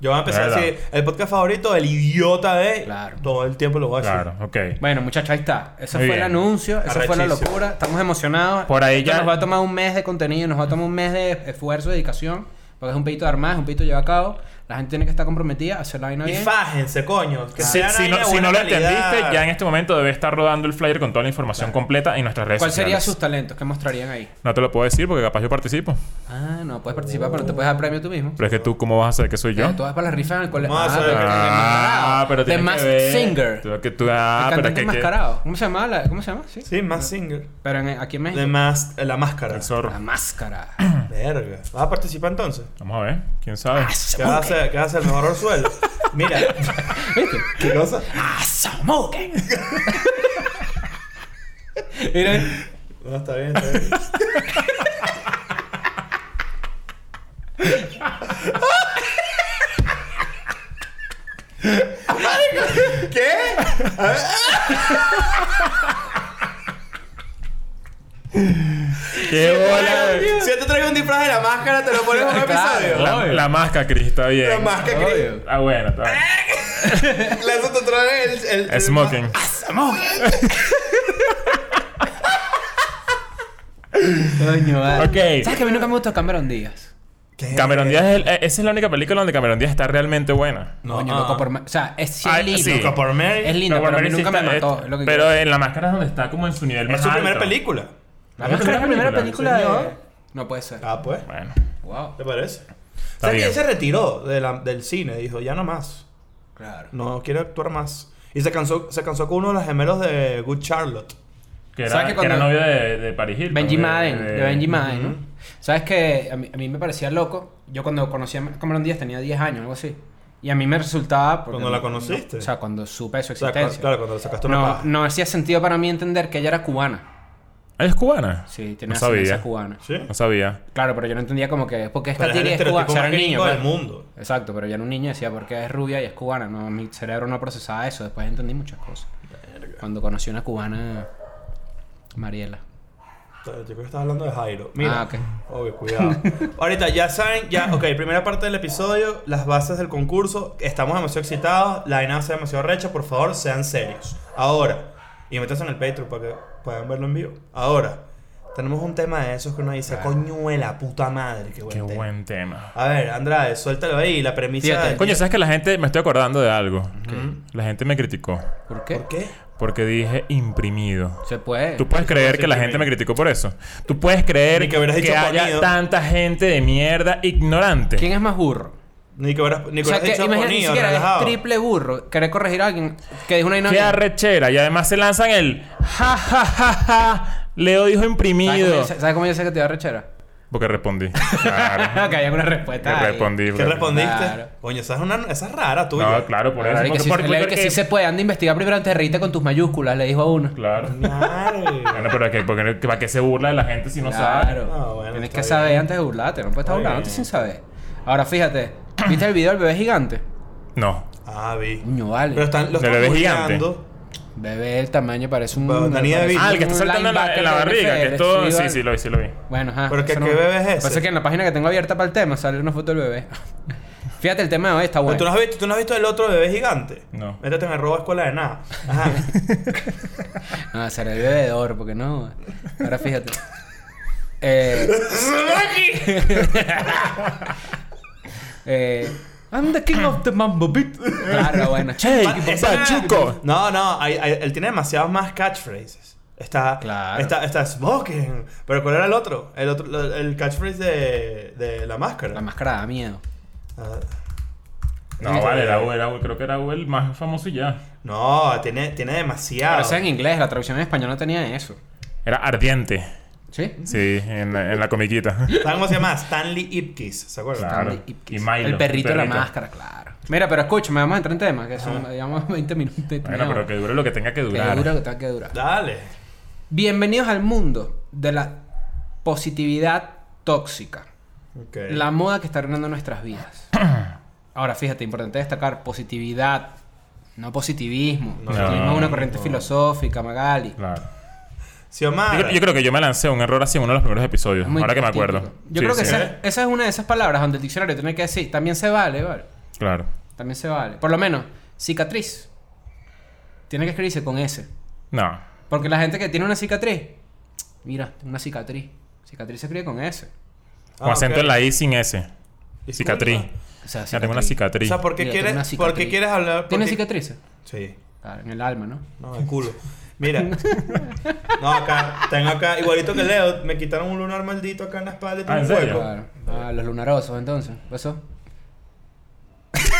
Speaker 3: Yo voy a empezar
Speaker 2: Verdad.
Speaker 3: a decir el podcast favorito del idiota de.
Speaker 4: Claro.
Speaker 3: Todo el tiempo lo voy a decir.
Speaker 2: Claro, ok.
Speaker 4: Bueno, muchachos, ahí está. Ese
Speaker 2: Muy
Speaker 4: fue el
Speaker 2: bien.
Speaker 4: anuncio, esa fue la
Speaker 3: Arrechísimo.
Speaker 4: locura. Estamos emocionados.
Speaker 2: Por ahí
Speaker 4: Esto
Speaker 2: ya-
Speaker 4: Nos va a tomar un mes de contenido, nos va a tomar un mes de esfuerzo, dedicación. Porque es un pedito de armar, es un pedito llevado a cabo. La gente tiene que estar comprometida a hacer la vaina
Speaker 3: Y
Speaker 4: bien.
Speaker 3: fájense, coño. Que
Speaker 2: Si,
Speaker 3: sean
Speaker 2: si
Speaker 3: ahí
Speaker 2: no,
Speaker 3: de
Speaker 2: si
Speaker 3: buena
Speaker 2: no lo
Speaker 3: calidad.
Speaker 2: entendiste, ya en este momento debe estar rodando el flyer con toda la información completa en nuestras redes
Speaker 4: ¿Cuál sería sus
Speaker 2: sociales.
Speaker 4: talentos? ¿Qué mostrarían ahí?
Speaker 2: No te lo puedo decir porque capaz yo participo.
Speaker 4: Ah, no, puedes participar, pero no te puedes dar premio tú mismo.
Speaker 2: Pero es que tú, ¿cómo vas a saber que soy yo?
Speaker 4: Pero Tú vas para las rifas en el colegio.
Speaker 3: Vamos a saber que-
Speaker 2: Ah, pero
Speaker 4: The
Speaker 2: tienes
Speaker 4: Masked
Speaker 2: que ver.
Speaker 4: Singer.
Speaker 2: Tú- que tú- ah,
Speaker 4: el
Speaker 2: pero es
Speaker 4: cantante
Speaker 2: que- que-
Speaker 4: enmascarado. ¿Cómo se llama? La... ¿Cómo se llama? Sí.
Speaker 3: Sí, más single.
Speaker 4: Pero en, aquí en México.
Speaker 3: De más, eh, la máscara.
Speaker 2: el zorro.
Speaker 4: La máscara.
Speaker 3: Verga. ¿Vas a participar entonces?
Speaker 2: Vamos a ver, quién
Speaker 4: Ah,
Speaker 2: sabe.
Speaker 3: ¿Qué vas a hacer? ¿Qué vas a hacer? ¿El mejor orzuelo? Mira. ¿Qué cosa?
Speaker 4: ¡Asamoken! Miren.
Speaker 3: No, está bien, está bien.
Speaker 2: ¡Qué bola!
Speaker 3: Si te traigo un disfraz de la máscara, te lo pones en un
Speaker 4: Claro.
Speaker 3: episodio.
Speaker 2: La, la máscara, Cris, está bien.
Speaker 3: La máscara Eh, que
Speaker 2: Ah, bueno, está bien.
Speaker 3: Lanza te trae el, el, el-
Speaker 2: Smoking.
Speaker 3: ah,
Speaker 4: Coño, vale.
Speaker 2: Ok.
Speaker 4: ¿Sabes que a mí nunca me gustó Cameron Díaz?
Speaker 2: Cameron Díaz es el- eh, esa es la única película donde Cameron Díaz está realmente buena.
Speaker 3: No,
Speaker 4: Coño,
Speaker 3: ah.
Speaker 4: loco por... Ma- O sea, es, sí es
Speaker 2: Ah,
Speaker 4: lindo.
Speaker 2: sí.
Speaker 3: Loco por Mary.
Speaker 4: Es lindo,
Speaker 2: Pero
Speaker 4: pero a mí
Speaker 2: Mary sí
Speaker 4: nunca me
Speaker 2: está-
Speaker 4: mató.
Speaker 2: es-
Speaker 4: lo que
Speaker 2: pero en La Máscara es donde está como en su nivel más
Speaker 3: Es su
Speaker 2: alto.
Speaker 3: primera película.
Speaker 4: La máscara es la primera película
Speaker 3: Señor.
Speaker 4: de... No puede ser.
Speaker 3: Ah, pues.
Speaker 2: Bueno,
Speaker 4: Wow.
Speaker 3: ¿Te parece? O
Speaker 2: Está
Speaker 3: sea, que
Speaker 2: bien.
Speaker 3: él se retiró de la- del cine. Dijo, ya no más.
Speaker 4: Claro.
Speaker 3: No quiere actuar más. Y se cansó, se cansó con uno de los gemelos de Good Charlotte.
Speaker 2: que era,
Speaker 4: ¿Sabes que
Speaker 2: que era
Speaker 4: cuando-
Speaker 2: novio de, de Paris Hilton.
Speaker 4: Benji
Speaker 2: de-
Speaker 4: Madden, de Benji Madden, ¿no?
Speaker 3: eh, Ujú.
Speaker 4: ¿Sabes que a mí, a mí me parecía loco? Yo cuando conocí a Cameron Díaz tenía 10 años, algo así. Y a mí me resultaba... porque-
Speaker 3: Cuando la conociste.
Speaker 4: O sea, cuando supe su
Speaker 3: O sea, cu-
Speaker 4: existencia.
Speaker 3: claro, cuando le sacaste una
Speaker 4: no,
Speaker 3: paja.
Speaker 4: no hacía sentido para mí entender que ella era cubana.
Speaker 2: ¿Ah, ¿Es cubana?
Speaker 4: Sí, tenía
Speaker 2: No
Speaker 4: ascendencia
Speaker 2: sabía.
Speaker 4: cubana.
Speaker 3: Sí.
Speaker 2: No sabía.
Speaker 4: Claro, pero yo no entendía como que... Porque esta
Speaker 3: Pero es el
Speaker 4: tía es cubana?
Speaker 3: estereotipo
Speaker 4: O sea,
Speaker 3: más
Speaker 4: era un niño.
Speaker 3: gringo del
Speaker 4: claro.
Speaker 3: mundo.
Speaker 4: Exacto, pero yo era un niño y decía, porque es rubia y es cubana? No, mi cerebro no procesaba eso. Después entendí muchas cosas. Cuando conocí a una cubana... Mariela.
Speaker 3: Yo creo que estás hablando de Jairo.
Speaker 4: Ah,
Speaker 3: Mira.
Speaker 4: ok.
Speaker 3: Obvio, cuidado. Ahorita ya saben, ya, ok, primera parte del episodio, las bases del concurso. Estamos demasiado excitados, la vaina va a ser demasiado recha, por favor, sean serios. Ahora, y métanse en el Patreon para que puedan verlo en vivo. Ahora, tenemos un tema de esos que uno dice, coñuela, puta madre, qué buen
Speaker 2: Qué
Speaker 3: tema.
Speaker 2: buen tema.
Speaker 3: A ver, Andrade, suéltalo ahí, la premisa
Speaker 4: Fíjate,
Speaker 3: de...
Speaker 2: Coño, ¿sabes que la gente... Me estoy acordando de algo. La gente me criticó.
Speaker 4: ¿Por qué?
Speaker 3: ¿Por qué?
Speaker 2: Porque dije imprimido.
Speaker 4: Se puede.
Speaker 2: Tú puedes creer que la gente me criticó por eso. Tú puedes creer
Speaker 3: Ni que hubieras dicho
Speaker 2: haya
Speaker 3: ponido.
Speaker 2: tanta gente de mierda ignorante.
Speaker 4: ¿Quién es más burro?
Speaker 3: Ni que hubieras, ni que hubieras dicho
Speaker 4: imagínate, ni
Speaker 3: ponido,
Speaker 4: siquiera
Speaker 3: relajado.
Speaker 4: es triple burro. Querer corregir a alguien que dijo una
Speaker 2: Qué
Speaker 4: dinámica.
Speaker 2: arrechera. Y además se lanzan el ja ja ja ja. Leo dijo
Speaker 4: ¿Sabes cómo,
Speaker 2: imprimido.
Speaker 4: yo sé- ¿Sabes cómo yo sé que te da rechera?
Speaker 2: Porque respondí. Claro.
Speaker 4: que hay alguna
Speaker 2: Que
Speaker 4: respuesta. ahí.
Speaker 2: respondí.
Speaker 3: ¿Qué
Speaker 2: porque-
Speaker 3: respondiste?
Speaker 4: Claro.
Speaker 3: Coño, esa es, una, esa es rara tuya.
Speaker 2: No, claro, por
Speaker 4: Claro,
Speaker 2: eso.
Speaker 4: y que, sí,
Speaker 2: Por- por-
Speaker 4: le- que
Speaker 2: porque-
Speaker 4: sí se puede. Anda a investigar primero antes de reírte con tus mayúsculas, le dijo a uno.
Speaker 2: Claro.
Speaker 3: Madre.
Speaker 2: Bueno, pero que, porque, que- ¿para qué se burla de la gente si no sabe?
Speaker 4: Claro.
Speaker 3: Ah, bueno,
Speaker 4: Tienes que
Speaker 3: está bien.
Speaker 4: saber antes de burlarte. No puedes estar
Speaker 3: Está
Speaker 4: burlándote
Speaker 3: bien.
Speaker 4: sin saber. Ahora fíjate. ¿Viste el video del bebé gigante?
Speaker 2: No.
Speaker 3: Ah, vi.
Speaker 4: Coño, vale.
Speaker 3: Pero están, lo
Speaker 2: Pero
Speaker 3: están
Speaker 2: es gigante.
Speaker 3: bulleando.
Speaker 4: Bebé, el tamaño parece un.
Speaker 3: Pero Dani
Speaker 4: parece
Speaker 3: DeVito.
Speaker 2: Ah, el que está
Speaker 4: un
Speaker 2: saltando en la, en la
Speaker 4: linebacker de
Speaker 2: barriga. Que
Speaker 4: NFL,
Speaker 2: esto. Sí,
Speaker 4: vale.
Speaker 2: sí, lo vi, sí lo vi.
Speaker 4: Bueno, ajá.
Speaker 3: Pero que-
Speaker 4: eso
Speaker 3: ¿qué bebé es ese?
Speaker 4: Pasa que en la página que tengo abierta para el tema sale una foto del bebé. Fíjate, el tema de hoy está
Speaker 3: Pero
Speaker 4: bueno.
Speaker 3: ¿Tú no, has visto, ¿Tú no has visto el otro bebé gigante?
Speaker 2: No.
Speaker 3: Métete en arroba escuela de nada. Ajá.
Speaker 4: No, Ah, será el bebé de oro, porque no. Ahora fíjate. Eh, eh, I'm the king of the mambo beat. Claro, bueno. Che,
Speaker 3: Pa- esa- No, no. hay- hay- él tiene demasiados más catchphrases. Está,
Speaker 4: Claro.
Speaker 3: está, está Smoking. Pero ¿cuál era el otro? El otro, lo- el catchphrase de, de la máscara.
Speaker 4: La máscara da miedo.
Speaker 3: Ah,
Speaker 2: No, vale, era U, era U. Creo que era U el más famoso y ya.
Speaker 3: no, tiene, tiene demasiado.
Speaker 4: Pero eso en inglés, la traducción en español no tenía eso.
Speaker 2: Era ardiente.
Speaker 4: ¿Sí?
Speaker 2: Sí, en la, en la comiquita.
Speaker 3: ¿Saben cómo se llama? Stanley Ipkiss. ¿Se acuerdan?
Speaker 2: Claro.
Speaker 4: Stanley Ipkiss.
Speaker 2: Y Milo,
Speaker 4: el perrito de la
Speaker 2: perrito.
Speaker 4: máscara, claro. Mira, pero escúchame, vamos a entrar en tema, que son, digamos, 20 minutos.
Speaker 2: Bueno, pero que dure lo que tenga que durar.
Speaker 4: dura, que tenga que durar.
Speaker 3: Dale.
Speaker 4: Bienvenidos al mundo de la positividad tóxica.
Speaker 3: Ok.
Speaker 4: La moda que está arruinando nuestras vidas. Ahora, fíjate, importante destacar positividad, no positivismo.
Speaker 3: No,
Speaker 4: positivismo es una
Speaker 2: no,
Speaker 4: corriente
Speaker 3: no.
Speaker 4: filosófica, Magali.
Speaker 2: Claro. Yo,
Speaker 3: Xiomara.
Speaker 2: creo- yo creo que yo me lancé un error así en uno de los primeros episodios.
Speaker 4: Es muy
Speaker 2: ahora que me
Speaker 4: típico.
Speaker 2: acuerdo.
Speaker 4: Yo
Speaker 2: Sí,
Speaker 4: creo que
Speaker 2: sí.
Speaker 4: esa, esa es una de esas palabras donde el diccionario tiene que decir, también se vale, ¿vale?
Speaker 2: Claro.
Speaker 4: También se vale. Por lo menos, cicatriz. Tiene que escribirse con S.
Speaker 2: No.
Speaker 3: Ah,
Speaker 4: Porque la gente que tiene una cicatriz, mira, tengo una cicatriz. Cicatriz se escribe con S.
Speaker 2: Con
Speaker 3: Ah,
Speaker 2: acento
Speaker 3: ok.
Speaker 2: en la I sin S.
Speaker 3: Disculpa.
Speaker 2: Cicatriz.
Speaker 4: O sea,
Speaker 2: Ya Ah, tengo una
Speaker 3: O
Speaker 2: cicatriz.
Speaker 3: sea, ¿por qué,
Speaker 4: Mira, tengo una
Speaker 3: quieres,
Speaker 4: cicatriz.
Speaker 3: ¿por qué quieres hablar? por
Speaker 4: ¿Tienes
Speaker 3: qué-
Speaker 4: cicatrices?
Speaker 3: Sí.
Speaker 4: Claro, en el alma, ¿no?
Speaker 3: No, el culo. Mira. No, acá. Tengo acá. Igualito que Leo. Me quitaron un lunar maldito acá en la espalda. y
Speaker 2: Ah,
Speaker 3: tengo
Speaker 2: ¿en
Speaker 3: un
Speaker 2: serio?
Speaker 3: hueco.
Speaker 4: Claro. Ah, los lunarosos, entonces. ¿Pasó?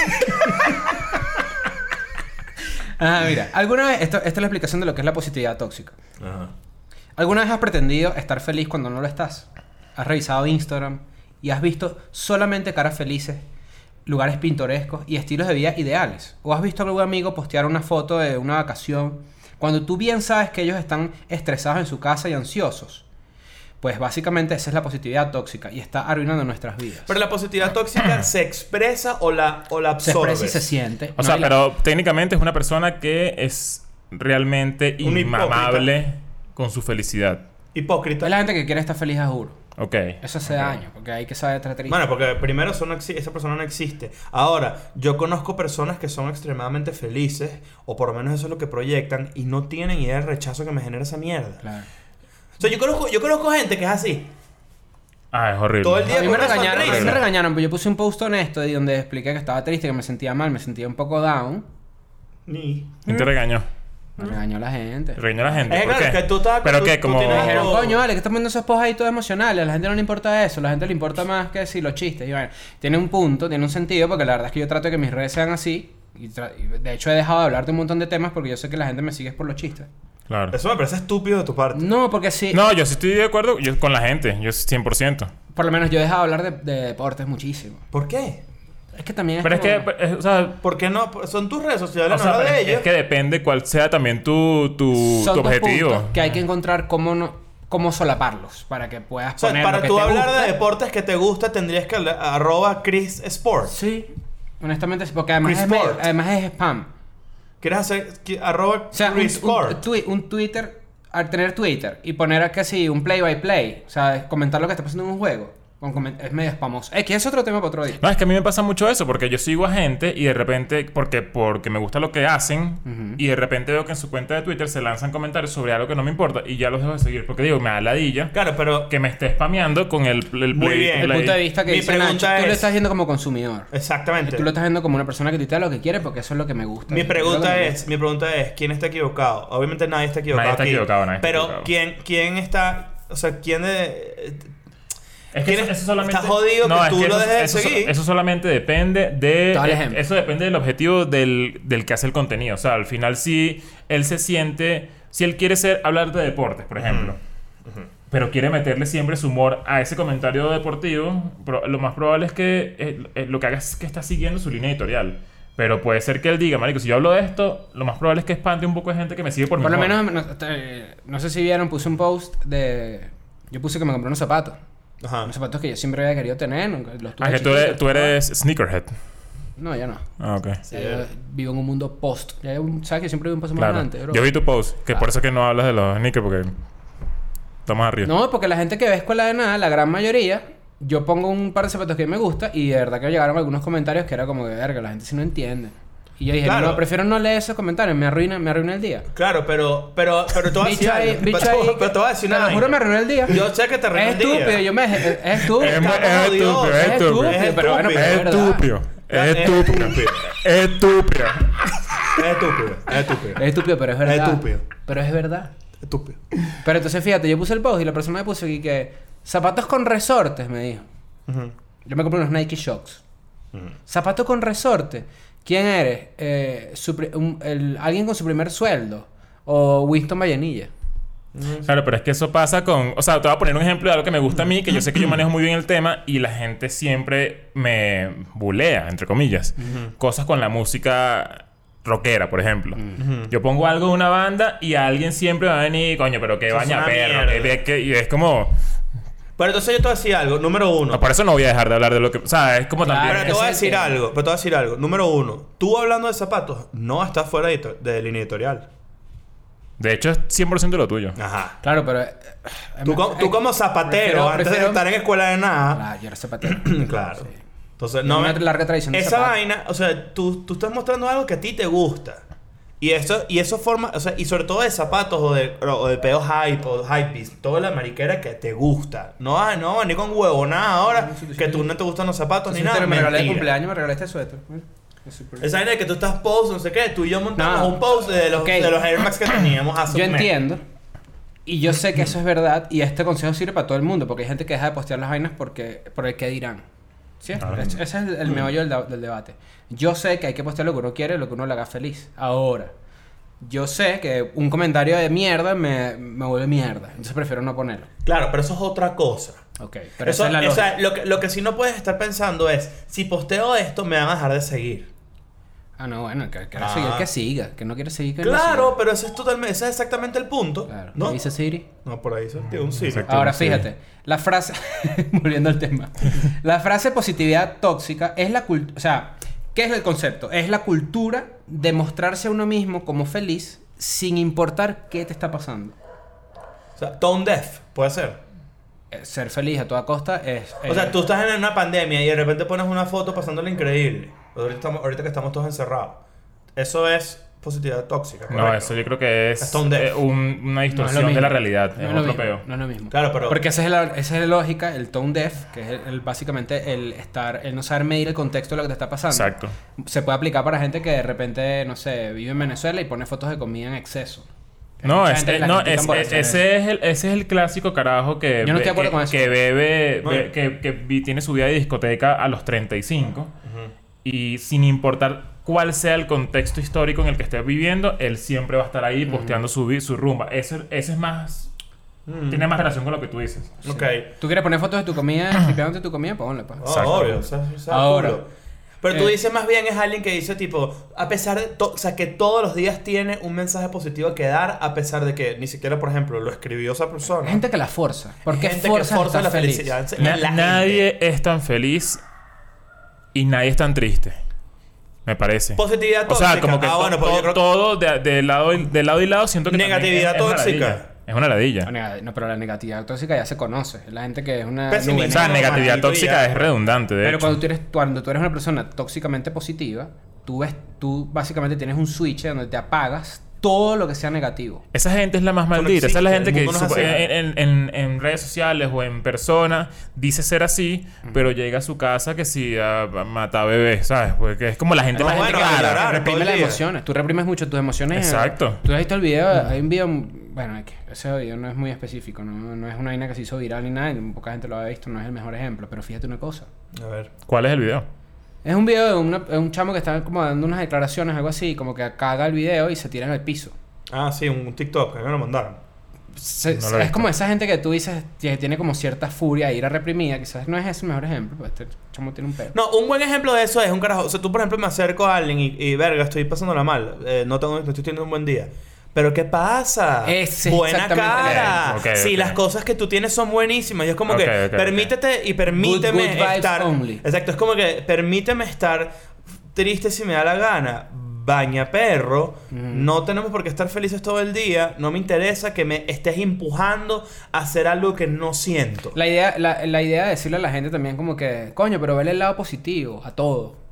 Speaker 4: ah, mira. ¿Alguna vez... Esto, esta es la explicación de lo que es la positividad tóxica. ¿Alguna vez has pretendido estar feliz cuando no lo estás? ¿Has revisado Instagram y has visto solamente caras felices, lugares pintorescos y estilos de vida ideales? ¿O has visto a algún amigo postear una foto de una vacación cuando tú bien sabes que ellos están estresados en su casa y ansiosos? Pues básicamente esa es la positividad tóxica y está arruinando nuestras vidas.
Speaker 3: Pero la positividad tóxica se expresa o la, o la
Speaker 4: se
Speaker 3: absorbe.
Speaker 4: expresa y se siente.
Speaker 2: O
Speaker 4: No,
Speaker 2: sea,
Speaker 4: y la-
Speaker 2: pero técnicamente es una persona que es realmente
Speaker 3: Un hipócrita.
Speaker 2: inmamable con su felicidad.
Speaker 3: Hipócrita.
Speaker 4: Es la gente que quiere estar feliz a juro.
Speaker 2: Ok.
Speaker 4: Eso hace daño, porque hay que saber tratar.
Speaker 3: Bueno, porque primero eso no exi- esa persona no existe. Ahora, yo conozco personas que son extremadamente felices, o por lo menos eso es lo que proyectan, y no tienen idea del rechazo que me genera esa mierda.
Speaker 4: Claro.
Speaker 3: O sea, yo conozco, yo conozco gente que es así.
Speaker 2: Ah, es horrible.
Speaker 3: Todo el día
Speaker 4: A mí, me
Speaker 3: con una
Speaker 4: regañaron, a mí me
Speaker 3: sonrisa.
Speaker 4: regañaron, pero yo puse un post honesto de donde expliqué que estaba triste, que me sentía mal, me sentía un poco down.
Speaker 3: Ni.
Speaker 2: ¿Quién te regañó?
Speaker 4: Me regañó la gente.
Speaker 2: ¿Te regañó la gente?
Speaker 3: Es que
Speaker 2: ¿Por
Speaker 3: claro,
Speaker 2: qué?
Speaker 3: es que tú estabas-
Speaker 2: ¿Pero
Speaker 3: tú-
Speaker 2: qué?
Speaker 3: tú
Speaker 2: Como...
Speaker 3: tienes-
Speaker 4: Me dijeron,
Speaker 3: Oh.
Speaker 4: coño, vale, que estás poniendo esos posts ahí todos emocionales. A la gente no le importa eso. A la gente le importa más que si los chistes. Y bueno, tiene un punto, tiene un sentido, porque la verdad es que yo trato de que mis redes sean así. Y tra- y de hecho, he dejado de hablar de un montón de temas porque yo sé que la gente me sigue por los chistes.
Speaker 2: Claro.
Speaker 3: Eso me parece estúpido de tu parte.
Speaker 4: No, porque sí.
Speaker 2: No, yo sí estoy de acuerdo yo- con la gente. Yo 100%.
Speaker 4: Por lo menos yo he dejado de hablar de, de deportes muchísimo.
Speaker 3: ¿Por qué?
Speaker 4: Es que también es.
Speaker 2: Pero es que...
Speaker 4: como-
Speaker 2: eh, O sea,
Speaker 3: ¿Por qué no? Son tus redes sociales,
Speaker 2: O sea,
Speaker 3: no
Speaker 2: pero
Speaker 3: la de
Speaker 2: es,
Speaker 3: ellos.
Speaker 2: es que depende cuál sea también tu, tu,
Speaker 4: son
Speaker 2: tu
Speaker 4: dos
Speaker 2: objetivo.
Speaker 4: puntos que hay que encontrar cómo no, cómo solaparlos para que puedas
Speaker 3: O sea,
Speaker 4: poner lo
Speaker 3: para
Speaker 4: que
Speaker 3: tú
Speaker 4: te
Speaker 3: hablar
Speaker 4: gusta.
Speaker 3: de deportes que te gusta, tendrías que hablar- arroba Chris Sports.
Speaker 4: Sí. Honestamente, sí, porque además
Speaker 3: Chris
Speaker 4: es, medio-
Speaker 3: Ford.
Speaker 4: además es spam.
Speaker 3: ¿Quieres hacer qui- arroba
Speaker 4: O sea, un,
Speaker 3: Chris
Speaker 4: un,
Speaker 3: Sports?
Speaker 4: twi- un Twitter, al tener Twitter y poner casi un play by play, o sea, comentar lo que está pasando en un juego, con comen- es medio spamoso. Es que es otro tema para otro día.
Speaker 2: No, es que a mí me pasa mucho eso, porque yo sigo a gente y de repente, porque, porque me gusta lo que hacen, y de repente veo que en su cuenta de Twitter se lanzan comentarios sobre algo que no me importa y ya los dejo de seguir, porque digo, me da ladilla
Speaker 3: Claro, pero...
Speaker 2: que me esté spameando con el, el
Speaker 3: Muy
Speaker 2: play-
Speaker 3: bien.
Speaker 4: El
Speaker 2: play-
Speaker 4: punto de vista que
Speaker 3: Mi
Speaker 4: dice Nacho,
Speaker 3: pregunta
Speaker 4: tú lo
Speaker 3: es-
Speaker 4: estás viendo como consumidor.
Speaker 3: Exactamente.
Speaker 4: Tú lo estás viendo como una persona que tuitea lo que quiere porque eso es lo que me gusta.
Speaker 3: Mi
Speaker 4: Yo creo que
Speaker 3: pregunta
Speaker 4: me
Speaker 3: es, mi pregunta es, ¿quién está equivocado? Obviamente nadie está equivocado
Speaker 2: Nadie está
Speaker 3: aquí,
Speaker 2: equivocado, nadie está
Speaker 3: Pero
Speaker 2: equivocado.
Speaker 3: ¿quién, ¿quién está...? O sea, ¿quién de...?
Speaker 2: Es que
Speaker 3: ¿Quién
Speaker 2: eso,
Speaker 3: es-
Speaker 2: eso solamente...
Speaker 3: está jodido que tú lo dejes de
Speaker 2: eso,
Speaker 3: seguir?
Speaker 2: eso solamente depende de...
Speaker 4: Te doy el
Speaker 2: eh,
Speaker 4: ejemplo.
Speaker 2: Eso depende del objetivo del, del que hace el contenido. O sea, al final si él se siente... Si él quiere ser, hablar de deportes, por ejemplo. Pero quiere meterle siempre su humor a ese comentario deportivo. pro- lo más probable es que eh, eh, lo que haga es que está siguiendo su línea editorial. Pero puede ser que él diga, marico, si yo hablo de esto, lo más probable es que espante un poco de gente que me sigue por mi
Speaker 4: Por lo
Speaker 2: humor".
Speaker 4: menos, no, te- no sé si vieron, puse un post de... Yo puse que me compré unos zapatos.
Speaker 3: Ajá.
Speaker 4: Unos zapatos que yo siempre había querido tener. nunca- Los tuve
Speaker 2: Ah, que tú
Speaker 4: chiquitos,
Speaker 2: eres,
Speaker 4: los
Speaker 2: tú
Speaker 4: tuve-
Speaker 2: eres sneakerhead.
Speaker 4: No, ya no.
Speaker 2: Ah, ok.
Speaker 4: Ya yo vivo en un mundo post. Ya yo- ¿Sabes que siempre vivo un paso más
Speaker 2: Claro.
Speaker 4: adelante, bro?
Speaker 2: Yo vi tu post, que por eso es que no hablas de los sneakers, porque estamos arriba.
Speaker 4: No, porque la gente que ve Escuela de Nada, la gran mayoría, yo pongo un par de zapatos que me gusta y de verdad que llegaron algunos comentarios que era como que, verga, la gente sí no entiende. Y yo dije,
Speaker 3: Claro.
Speaker 4: no, prefiero no leer esos comentarios, me arruina, me arruina el día.
Speaker 3: Claro, pero... Pero, pero te voy a decir
Speaker 4: Bicho ahí-
Speaker 3: algo.
Speaker 4: bicho
Speaker 3: Pero te
Speaker 4: ahí
Speaker 3: voy-
Speaker 4: que-
Speaker 3: pero te voy a decir una
Speaker 4: Te lo juro, me
Speaker 3: vaina.
Speaker 4: arruiné el día.
Speaker 3: Yo sé que te arruiné
Speaker 4: Es
Speaker 3: el día.
Speaker 4: estúpido, yo me... Es es estúpido.
Speaker 2: Es, mu-
Speaker 3: Estamos
Speaker 2: es estúpido,
Speaker 3: jodidos.
Speaker 2: es estúpido.
Speaker 4: Es estúpido, pero bueno,
Speaker 2: Es
Speaker 4: pero es verdad.
Speaker 2: estúpido.
Speaker 3: Ya,
Speaker 2: Es
Speaker 3: es
Speaker 2: estúpido.
Speaker 3: estúpido.
Speaker 2: Es estúpido.
Speaker 3: Es estúpido, es estúpido.
Speaker 4: Es estúpido, pero es verdad.
Speaker 3: estúpido.
Speaker 4: Pero es verdad.
Speaker 3: estúpido.
Speaker 4: Pero entonces fíjate, yo puse el post y la persona me puso aquí que zapatos con resortes, me dijo. Yo me compré unos Nike Shocks. Zapato con resorte. ¿Quién eres? Eh, su pri- un- el- alguien con su primer sueldo. O Winston Vallenilla.
Speaker 2: Claro, pero es que eso pasa con... O sea, te voy a poner un ejemplo de algo que me gusta a mí, que yo sé que yo manejo muy bien el tema y la gente siempre me bulea, entre comillas. Cosas con la música rockera, por ejemplo. Yo pongo algo de una banda y alguien siempre va a venir, coño, pero qué
Speaker 3: Eso es una
Speaker 2: baña perro.
Speaker 3: mierda.
Speaker 2: y es como...
Speaker 3: Pero entonces yo te voy a decir algo. Número uno.
Speaker 2: No, por eso no voy a dejar de hablar de lo que... O sea, es como
Speaker 4: Claro,
Speaker 2: también...
Speaker 3: Pero te voy
Speaker 4: Ese
Speaker 3: a
Speaker 4: es el
Speaker 3: decir
Speaker 4: tema.
Speaker 3: algo, pero te voy a decir algo. Número uno, tú hablando de zapatos, no estás fuera de, edito- de línea editorial.
Speaker 2: De hecho, es 100% lo tuyo.
Speaker 4: Ah,
Speaker 3: Ajá.
Speaker 4: Claro, pero... eh,
Speaker 3: Tú, co-
Speaker 4: eh,
Speaker 3: tú como zapatero,
Speaker 4: prefiero-
Speaker 3: antes
Speaker 4: prefiero-
Speaker 3: de estar en escuela de nada.
Speaker 4: Ah, yo era zapatero.
Speaker 3: Claro.
Speaker 4: Sí.
Speaker 3: Entonces,
Speaker 4: Tengo
Speaker 3: no.
Speaker 4: una
Speaker 3: me-
Speaker 4: larga tradición de
Speaker 3: Esa
Speaker 4: zapatos.
Speaker 3: vaina, o sea, tú, tú estás mostrando algo que a ti te gusta. Y eso, y eso forma, o sea, y sobre todo de zapatos o de, o de pedo hype o hypebeast, toda la mariquera que te gusta. No, ah, no, ni con huevo, nada ahora, que tú no te gustan los zapatos ni
Speaker 4: Entonces,
Speaker 3: nada.
Speaker 4: pero me regalé de
Speaker 3: mentira.
Speaker 4: cumpleaños, me regalé este suéter. Mira, es súper
Speaker 3: Esa vaina de que tú estás post, no sé qué, tú y yo montamos
Speaker 4: No.
Speaker 3: un post de los,
Speaker 4: Ok.
Speaker 3: de los Air Max que teníamos hace
Speaker 4: Yo
Speaker 3: un mes.
Speaker 4: entiendo. Y yo sé que eso es verdad. Y este consejo sirve para todo el mundo. Porque hay gente que deja de postear las vainas porque, por el que dirán. ¿Sí? Es- Ese es el, el meollo del, da- del debate. Yo sé que hay que postear lo que uno quiere, lo que uno le haga feliz. Ahora, yo sé que un comentario de mierda me, me vuelve mierda. Entonces prefiero no ponerlo.
Speaker 3: Claro, pero eso es otra cosa.
Speaker 4: Ok. Pero esa
Speaker 3: eso,
Speaker 4: es la
Speaker 3: o
Speaker 4: lógica.
Speaker 3: sea, lo que, lo que sí no puedes estar pensando es, si posteo esto, me van a dejar de seguir.
Speaker 4: Ah, no, bueno, el que quiera
Speaker 3: Ah.
Speaker 4: seguir, que siga. Que no quiere seguir, que no
Speaker 3: Claro,
Speaker 4: siga.
Speaker 3: pero ese es totalmente, ese es exactamente el punto.
Speaker 4: Claro.
Speaker 3: ¿No?
Speaker 4: Dice Siri.
Speaker 3: No, por ahí se tiene un sí.
Speaker 2: Exacto.
Speaker 4: Ahora
Speaker 2: Sí.
Speaker 4: fíjate, la frase, volviendo al tema, la frase positividad tóxica es la cultura, o sea, ¿qué es el concepto? Es la cultura de mostrarse a uno mismo como feliz sin importar qué te está pasando. Ah.
Speaker 3: O sea, tone deaf, puede ser.
Speaker 4: Eh, Ser feliz a toda costa es...
Speaker 3: O sea,
Speaker 4: eh,
Speaker 3: tú estás en una pandemia y de repente pones una foto pasándole increíble. Ahorita, estamos- ahorita que estamos todos encerrados. Eso es positividad tóxica.
Speaker 2: No,
Speaker 3: correcto.
Speaker 2: eso yo creo que es
Speaker 3: Hasta un def.
Speaker 2: eh, un- una
Speaker 4: No es
Speaker 2: distorsión
Speaker 4: lo mismo.
Speaker 2: de la realidad.
Speaker 4: No
Speaker 2: es
Speaker 4: lo
Speaker 2: otro
Speaker 4: mismo,
Speaker 2: peo.
Speaker 4: No es lo mismo.
Speaker 3: Claro, pero.
Speaker 4: Porque esa es, la, esa es la lógica, el tone deaf, que es el- el- básicamente el estar, el no saber medir el contexto de lo que te está pasando.
Speaker 2: Exacto.
Speaker 4: Se puede aplicar para gente que de repente, no sé, vive en Venezuela y pone fotos de comida en exceso. Que
Speaker 2: No,
Speaker 4: mucha
Speaker 2: es,
Speaker 4: gente
Speaker 2: eh,
Speaker 4: la
Speaker 2: no
Speaker 4: critican
Speaker 2: es-
Speaker 4: por
Speaker 2: eh,
Speaker 4: hacer eso.
Speaker 2: ese, es el, ese es el clásico carajo que,
Speaker 4: Yo no estoy de
Speaker 2: be-
Speaker 4: acuerdo
Speaker 2: que,
Speaker 4: con eso.
Speaker 2: que bebe,
Speaker 3: No,
Speaker 2: be-
Speaker 3: yo-
Speaker 2: que, que vi- tiene su vida de discoteca a los 35 y sin importar cuál sea el contexto histórico en el que esté viviendo, él siempre va a estar ahí posteando su, vi- su rumba. Ese, ese es más...
Speaker 3: Mm.
Speaker 2: Tiene más relación con lo que tú dices.
Speaker 3: Ok.
Speaker 4: ¿Tú quieres poner fotos de tu comida, tripeándote tu comida? Pues ponle, pues.
Speaker 3: Oh,
Speaker 2: Exacto.
Speaker 3: obvio, o sea, o sea,
Speaker 4: Ahora.
Speaker 3: culo. Pero tú
Speaker 4: Eh.
Speaker 3: dices más bien es alguien que dice tipo, a pesar de todo, o sea, que todos los días tiene un mensaje positivo que dar, a pesar de que ni siquiera, por ejemplo, lo escribió esa persona.
Speaker 4: Gente que la forza. ¿Por qué
Speaker 3: Gente
Speaker 4: forza,
Speaker 3: la
Speaker 4: feliz?
Speaker 3: felicidad. en
Speaker 2: Na-
Speaker 3: la gente.
Speaker 2: nadie es tan feliz y nadie es tan triste. Me parece.
Speaker 3: Positividad
Speaker 2: O sea,
Speaker 3: tóxica.
Speaker 2: como que
Speaker 3: ah,
Speaker 2: to-
Speaker 3: bueno, pero
Speaker 2: to-
Speaker 3: yo creo que
Speaker 2: todo de, de lado, y- de lado y lado siento que... también es-
Speaker 3: Negatividad
Speaker 2: es una
Speaker 3: tóxica.
Speaker 2: ladilla. Es una ladilla.
Speaker 4: O nega- No, pero la negatividad tóxica ya se conoce. La gente que es una.
Speaker 3: Pesimista.
Speaker 4: nube
Speaker 2: O sea,
Speaker 4: negra.
Speaker 2: negatividad
Speaker 3: maldito
Speaker 2: tóxica
Speaker 3: ya.
Speaker 2: es redundante, de
Speaker 4: Pero
Speaker 2: hecho.
Speaker 4: cuando tú, eres, cuando tú eres una persona tóxicamente positiva, tú, ves, tú básicamente tienes un switch donde te apagas todo lo que sea negativo.
Speaker 2: Esa gente es la más
Speaker 3: no
Speaker 2: maldita. Esa es la
Speaker 3: existe,
Speaker 2: gente
Speaker 3: el
Speaker 2: que
Speaker 3: mundo no es
Speaker 2: supo-
Speaker 3: así.
Speaker 2: en, en- en- en redes sociales o en persona dice ser así,
Speaker 4: Mm.
Speaker 2: pero llega a su casa que sí a a matar bebés, ¿sabes? Porque es como la gente,
Speaker 3: No,
Speaker 2: la gente
Speaker 3: bueno,
Speaker 2: que-
Speaker 3: a llorar.
Speaker 2: Claro.
Speaker 3: Claro, todo
Speaker 4: Reprime
Speaker 3: el
Speaker 4: las
Speaker 3: día.
Speaker 4: emociones. Tú reprimes mucho tus emociones.
Speaker 2: Exacto.
Speaker 4: Tú has visto el video. Hay un video. Bueno, es que ese video no es muy específico. No, no es una vaina que se hizo viral ni nada. Y poca gente lo ha visto. No es el mejor ejemplo. Pero fíjate una cosa.
Speaker 3: A ver.
Speaker 2: ¿Cuál es el video?
Speaker 4: Es un video de, una- de un chamo que está como dando unas declaraciones, algo así. Como que caga el video y se tira en el piso.
Speaker 3: Ah, sí, un TikTok, que me lo mandaron.
Speaker 4: Se-
Speaker 2: No
Speaker 4: se-
Speaker 2: lo he
Speaker 4: es
Speaker 2: visto.
Speaker 4: como esa gente que tú dices que tiene como cierta furia, ira reprimida. Quizás no es ese el mejor ejemplo, pero este chamo tiene un pedo.
Speaker 3: No, un buen ejemplo de eso es un carajo. O sea, tú, por ejemplo, me acerco a alguien y, y, verga, estoy pasándola mal. Eh, no, tengo, no estoy teniendo un buen día. Pero ¿qué pasa?
Speaker 4: Ese es
Speaker 3: Buena
Speaker 4: exactamente el
Speaker 3: cara.
Speaker 2: ejemplo. Ok,
Speaker 3: si
Speaker 2: ok.
Speaker 3: las cosas que tú tienes son buenísimas. Y es como
Speaker 2: Ok,
Speaker 3: que
Speaker 2: ok, ok.
Speaker 3: permítete y permíteme
Speaker 4: Good- good vibes
Speaker 3: estar.
Speaker 4: only.
Speaker 3: Exacto, es como que permíteme estar triste si me da la gana. Baña perro, no tenemos por qué estar felices todo el día. No me interesa que me estés empujando a hacer algo que no siento.
Speaker 4: La idea, la, la idea de decirle a la gente también como que, coño, pero vele el lado positivo a todo.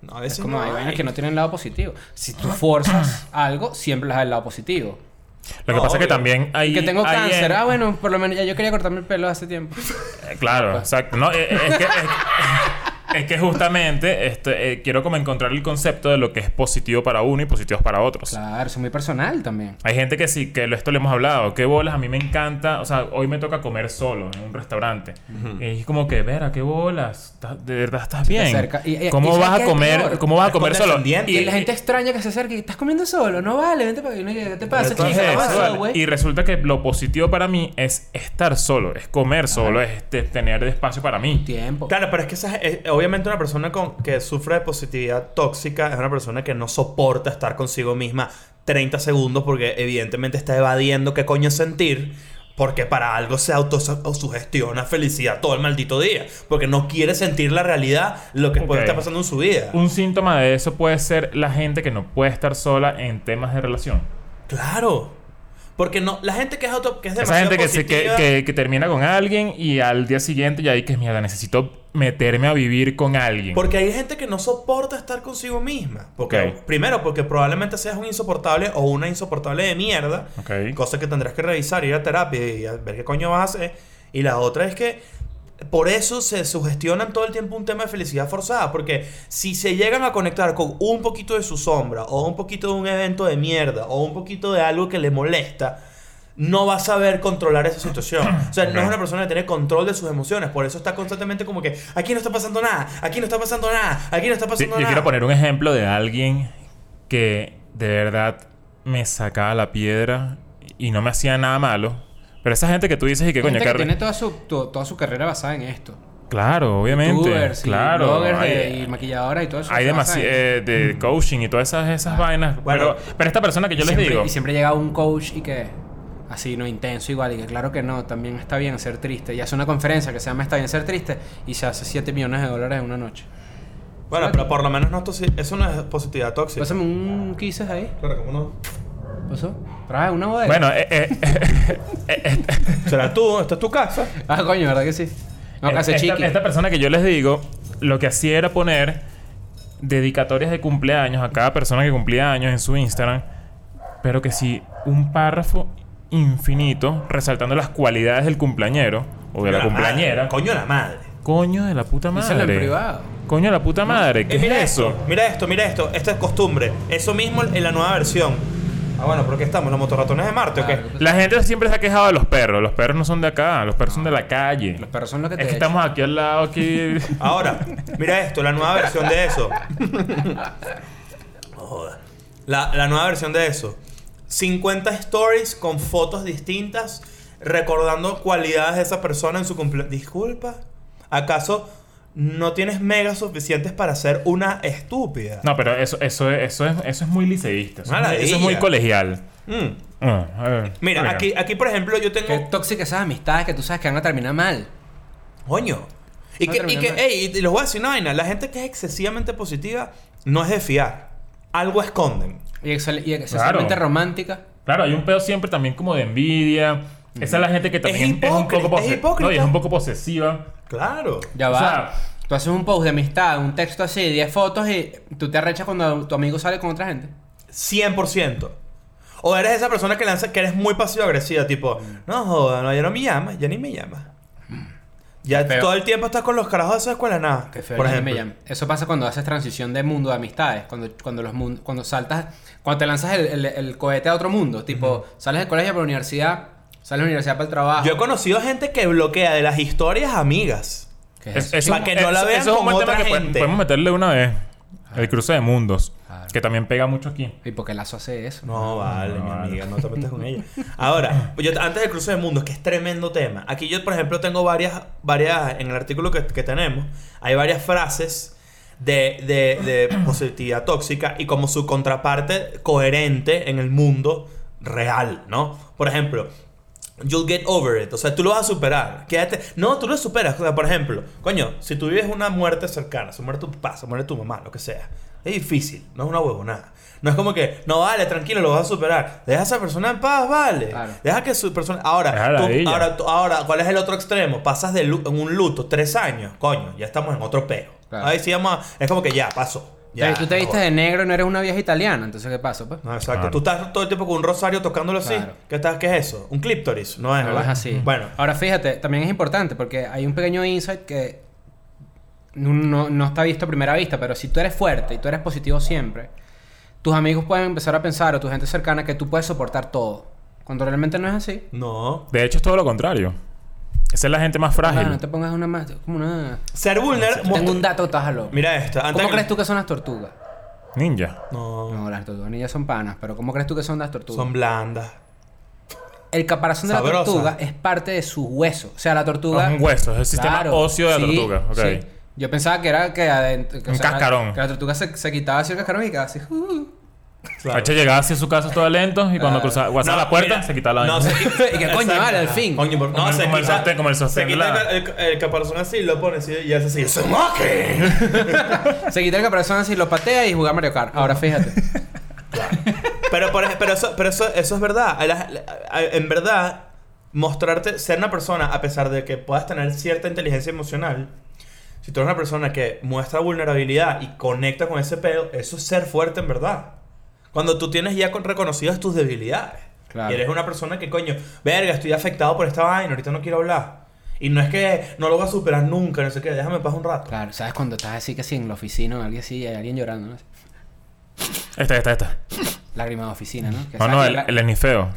Speaker 3: No, a
Speaker 4: Es
Speaker 3: veces
Speaker 4: como
Speaker 3: no
Speaker 4: hay vainas
Speaker 3: hay.
Speaker 4: que no tienen lado positivo. Si tú forzas algo, siempre las hay el lado positivo.
Speaker 2: Lo que
Speaker 3: No,
Speaker 2: pasa es que
Speaker 3: obvio.
Speaker 2: también hay...
Speaker 4: que tengo
Speaker 2: hay
Speaker 4: cáncer.
Speaker 2: en-
Speaker 4: Ah, bueno, por lo menos ya yo quería cortarme el pelo hace tiempo.
Speaker 2: Eh, Claro,
Speaker 4: Pues.
Speaker 2: exacto. No, eh, eh, es, que, es- es que justamente este, eh, quiero como encontrar el concepto de lo que es positivo para uno y positivo para otros.
Speaker 4: claro, eso es muy personal también.
Speaker 2: Hay gente que sí, que lo- esto lo hemos hablado. Qué bolas, a mí me encanta. O sea, hoy me toca comer solo en un restaurante. Y es como que, Vera, qué bolas. ¿Estás- De verdad estás
Speaker 4: te
Speaker 2: bien.
Speaker 4: acerca. Y- y- y
Speaker 2: ¿Cómo
Speaker 4: ¿sabes
Speaker 2: vas
Speaker 4: qué
Speaker 2: a
Speaker 4: es
Speaker 2: comer?
Speaker 4: peor?
Speaker 2: ¿Cómo vas a
Speaker 3: Es
Speaker 2: comer solo?
Speaker 3: condescendiente.
Speaker 4: Y la gente extraña que se acerca y estás comiendo solo, no vale, vente para que ¿qué te pasa,
Speaker 3: Entonces,
Speaker 4: chica? ¿Qué
Speaker 2: Entonces,
Speaker 4: pasa,
Speaker 2: eso, vale.
Speaker 4: güey?
Speaker 2: y resulta que lo positivo para mí es estar solo, es comer solo, es este, tener espacio para mí.
Speaker 4: Tiempo.
Speaker 3: Claro, pero es que esa es- es- obviamente una persona con, que sufre de positividad tóxica es una persona que no soporta estar consigo misma 30 segundos porque evidentemente está evadiendo qué coño sentir. Porque para algo se autosugestiona felicidad todo el maldito día. Porque no quiere sentir la realidad, lo que puede
Speaker 2: Ok.
Speaker 3: estar pasando en su vida.
Speaker 2: Un síntoma de eso puede ser la gente que no puede estar sola en temas de relación.
Speaker 3: Claro. Porque no, la gente que es, auto, que es
Speaker 2: Esa
Speaker 3: demasiado
Speaker 2: gente que, se, que,
Speaker 3: positiva-
Speaker 2: que- que termina con alguien y al día siguiente ya hay que, mierda, necesito meterme a vivir con alguien.
Speaker 3: Porque hay gente que no soporta estar consigo misma. Porque,
Speaker 2: Ok.
Speaker 3: Primero, porque probablemente seas un insoportable o una insoportable de mierda.
Speaker 2: Ok.
Speaker 3: Cosa que tendrás que revisar, ir a terapia y a ver qué coño vas a hacer. Y la otra es que por eso se sugestionan todo el tiempo un tema de felicidad forzada. Porque si se llegan a conectar con un poquito de su sombra, o un poquito de un evento de mierda, o un poquito de algo que le molesta, no va a saber controlar esa situación. O sea, no es una persona que tiene control de sus emociones. Por eso está constantemente como que aquí no está pasando nada, aquí no está pasando nada, aquí no está
Speaker 2: Sí,
Speaker 3: pasando
Speaker 2: yo
Speaker 3: nada.
Speaker 2: quiero poner un ejemplo de alguien que de verdad me sacaba la piedra y no me hacía nada malo. Pero esa gente que tú dices y que
Speaker 4: Hay
Speaker 2: coño,
Speaker 4: gente
Speaker 2: qué
Speaker 4: que
Speaker 2: re-
Speaker 4: tiene toda su, to- toda su carrera basada en esto.
Speaker 2: Claro, obviamente.
Speaker 4: Youtubers y
Speaker 2: claro.
Speaker 4: bloggers
Speaker 2: hay-
Speaker 4: de- y maquilladoras y todo eso.
Speaker 2: Hay eh,
Speaker 4: se
Speaker 2: demasiado
Speaker 4: basan en esto.
Speaker 2: de coaching y todas esas, esas vainas.
Speaker 3: Mm. Bueno.
Speaker 2: pero, pero esta persona que yo
Speaker 4: Y
Speaker 2: les
Speaker 4: siempre-
Speaker 2: digo.
Speaker 4: Y siempre llega un coach y que... Así, no, intenso igual. Y que claro que no, también está bien ser triste. Y hace una conferencia que se llama Está bien ser triste y se hace 7 millones de dólares en una noche.
Speaker 3: Bueno, pero por lo menos no esto sí- eso no es positividad tóxica.
Speaker 4: Pásame un quises ahí.
Speaker 3: Claro, ¿cómo no?
Speaker 4: ¿Pasó? Trae una bodega.
Speaker 2: Bueno, eh, eh, eh, eh,
Speaker 3: Será tú, esta es tu casa.
Speaker 4: Ah, coño, ¿verdad que sí? No,
Speaker 2: esta,
Speaker 4: casi chiqui.
Speaker 2: esta persona que yo les digo, lo que hacía era poner dedicatorias de cumpleaños a cada persona que cumplía años en su Instagram, pero que sí un párrafo infinito resaltando las cualidades del cumpleañero o de la, cumpleañera.
Speaker 3: Coño la madre.
Speaker 2: Coño de la puta madre.
Speaker 4: Díselo en privado.
Speaker 2: Coño de la puta madre, ¿qué
Speaker 3: Eh, mira
Speaker 2: es eso?
Speaker 3: Esto, mira esto, mira esto. Esto es costumbre. Eso mismo en la nueva versión. Ah, bueno, ¿por qué estamos? ¿Los motorratones de Marte o
Speaker 4: Claro.
Speaker 3: qué?
Speaker 2: La gente siempre se ha quejado de los perros. Los perros no son de acá, los perros son de la calle.
Speaker 4: Los perros son los que te
Speaker 2: Es que
Speaker 4: echan.
Speaker 2: estamos aquí al lado, aquí.
Speaker 3: Ahora, mira esto, la nueva versión de eso. No jodas. La, la nueva versión de eso. 50 stories con fotos distintas recordando cualidades de esa persona en su cumpleaños. Disculpa, ¿acaso no tienes megas suficientes para ser una estúpida?
Speaker 2: No, pero eso, eso, es- eso, es, eso es muy liceísta. Eso, es
Speaker 3: Mala
Speaker 2: muy- eso es muy
Speaker 3: idea.
Speaker 2: colegial.
Speaker 3: Mm.
Speaker 2: Ah, a ver,
Speaker 3: Mira,
Speaker 2: venga.
Speaker 3: aquí, aquí por ejemplo yo tengo...
Speaker 4: Qué tóxicas esas amistades que tú sabes que van a terminar mal.
Speaker 3: Coño. Y
Speaker 4: No
Speaker 3: que, y
Speaker 4: terminó
Speaker 3: que,
Speaker 4: mal.
Speaker 3: ey, y les voy a decir una vaina. La gente que es excesivamente positiva no es de fiar. Algo esconden.
Speaker 4: Y, excel- y excesivamente
Speaker 2: Claro.
Speaker 4: romántica.
Speaker 2: Claro, hay un pedo siempre también como de envidia. Esa es la gente que también es, un
Speaker 3: Mm. hipócrita,
Speaker 2: poco pose-
Speaker 3: es hipócrita.
Speaker 2: No, y es un poco posesiva.
Speaker 3: Claro.
Speaker 4: Ya
Speaker 2: O
Speaker 4: va.
Speaker 2: sea-
Speaker 4: tú haces un post de amistad, un texto así, 10 fotos y tú te arrechas cuando tu amigo sale con otra gente.
Speaker 3: 100%. O eres esa persona que lanza que eres muy pasivo-agresiva. Tipo,
Speaker 4: Mm.
Speaker 3: no joda, no, ya no me llamas. Ya ni me llamas. Ya
Speaker 4: feo.
Speaker 3: todo el tiempo estás con los carajos de esa escuela. Nada.
Speaker 4: Qué feo,
Speaker 3: por
Speaker 4: ya
Speaker 3: ejemplo.
Speaker 4: me llama. Eso pasa cuando haces transición de mundo de amistades, cuando, cuando los mun- cuando saltas, cuando te lanzas el, el- el cohete a otro mundo, tipo, sales del colegio para la universidad, sales de la universidad para el trabajo.
Speaker 3: Yo he conocido gente que bloquea de las historias amigas.
Speaker 4: ¿Qué es
Speaker 2: Es-
Speaker 4: eso?
Speaker 2: eso-
Speaker 3: Para que no la
Speaker 2: eso-
Speaker 3: vean
Speaker 2: eso es un
Speaker 3: con
Speaker 2: buen
Speaker 3: otra
Speaker 2: tema que pueden-
Speaker 3: gente.
Speaker 2: podemos meterle una vez. El cruce de mundos.
Speaker 4: Claro.
Speaker 2: Que también pega mucho aquí.
Speaker 4: ¿Y por qué Lazo hace eso?
Speaker 3: No, vale, mi
Speaker 2: vale.
Speaker 3: amiga, no te metas con ella. Ahora, yo, antes del cruce de mundos, que es tremendo tema. Aquí yo, por ejemplo, tengo varias, varias en el artículo que, que tenemos, hay varias frases de, de- de positividad tóxica y como su contraparte coherente en el mundo real, ¿no? Por ejemplo, You'll get over it. O sea, tú lo vas a superar. Quédate. No, tú lo superas. O sea, por ejemplo, coño, si tú vives una muerte cercana, se muere tu papá, se muere tu mamá, lo que sea, es difícil. No es una huevonada. No es como que, no vale, tranquilo, lo vas a superar. Deja a esa persona en paz, vale.
Speaker 4: Claro.
Speaker 3: Deja que su persona. Ahora,
Speaker 2: Déjala
Speaker 3: tú-
Speaker 2: de ella.
Speaker 3: ahora, tú- ahora, ¿cuál es el otro extremo? Pasas de lu- en un luto tres años, coño, ya estamos en otro peo.
Speaker 4: Claro.
Speaker 3: Ahí sí vamos a- Es como que ya, pasó. Ya,
Speaker 4: Tú te viste de negro y no eres una vieja italiana, entonces ¿qué pasó? Pues?
Speaker 3: no, exacto.
Speaker 2: Claro.
Speaker 3: Tú estás todo el tiempo con un rosario tocándolo así.
Speaker 4: Claro.
Speaker 3: ¿Qué, estás, ¿Qué es eso? ¿Un clíptoris? No es,
Speaker 4: No
Speaker 3: Ah, ¿verdad?
Speaker 4: es así.
Speaker 3: Bueno,
Speaker 4: Ahora fíjate, también es importante porque hay un pequeño insight que no, no está visto a primera vista, pero si tú eres fuerte y tú eres positivo siempre, tus amigos pueden empezar a pensar o tu gente cercana que tú puedes soportar todo. Cuando realmente no es así.
Speaker 3: no.
Speaker 2: De hecho, es todo lo contrario. Esa es la gente más
Speaker 4: Ah,
Speaker 2: frágil.
Speaker 4: no te pongas una más. Como una.
Speaker 3: Ser vulnerable.
Speaker 4: Tengo un dato, estás loco.
Speaker 3: Mira esto. Antes
Speaker 4: ¿Cómo
Speaker 3: que-
Speaker 4: crees tú que son las tortugas?
Speaker 2: Ninja.
Speaker 3: No.
Speaker 4: No, las tortugas ni ellas son panas, pero ¿cómo crees tú que son las tortugas?
Speaker 3: Son blandas.
Speaker 4: El caparazón de la
Speaker 3: Sabrosa.
Speaker 4: tortuga es parte de su hueso. O sea, la tortuga.
Speaker 2: Es un hueso, es el sistema óseo de la
Speaker 4: sí,
Speaker 2: tortuga, ok.
Speaker 4: sí. Yo pensaba que era que adentro. que,
Speaker 2: Un cascarón.
Speaker 4: Que la tortuga se, se quitaba así el cascarón y quedaba así. uh,
Speaker 3: Claro. Ah.
Speaker 2: Hacha llegaba así a su casa todo lento y
Speaker 4: Claro.
Speaker 2: cuando cruzaba guardaba
Speaker 3: No,
Speaker 2: la puerta,
Speaker 3: mira,
Speaker 2: se quitaba la
Speaker 3: No,
Speaker 2: vaina.
Speaker 3: se quita.
Speaker 4: Y que, coño,
Speaker 3: Exacto.
Speaker 4: vale, al fin.
Speaker 3: Coño, por-
Speaker 2: Como
Speaker 3: no,
Speaker 2: el-
Speaker 3: se
Speaker 2: como el
Speaker 3: quita-
Speaker 2: sostén- como el
Speaker 3: Se
Speaker 2: sostén de
Speaker 3: quita
Speaker 2: la-
Speaker 3: el, el- el caparazón así, lo pone así y hace así. ¡Smoke!
Speaker 4: Se quita el caparazón así, lo patea y juega Mario Kart. Ahora fíjate.
Speaker 3: Pero, por ej- pero, eso, pero eso, eso es verdad. A las- a- En verdad, mostrarte, ser una persona, a pesar de que puedas tener cierta inteligencia emocional, si tú eres una persona que muestra vulnerabilidad y conecta con ese pedo, eso es ser fuerte en verdad. Cuando tú tienes ya con- reconocidas tus debilidades.
Speaker 4: Claro.
Speaker 3: Y eres una persona que, coño, verga, estoy afectado por esta vaina, ahorita no quiero hablar. Y no es que no lo voy a superar nunca, no sé qué, déjame en paz un rato.
Speaker 4: claro, ¿sabes cuando estás así que así en la oficina o alguien así y hay alguien llorando? ¿no?
Speaker 2: Esta, esta, esta.
Speaker 4: Lágrima de oficina, ¿no? Que
Speaker 2: No,
Speaker 4: sabes
Speaker 2: no,
Speaker 4: que
Speaker 2: el,
Speaker 4: la-
Speaker 2: el esnifeo.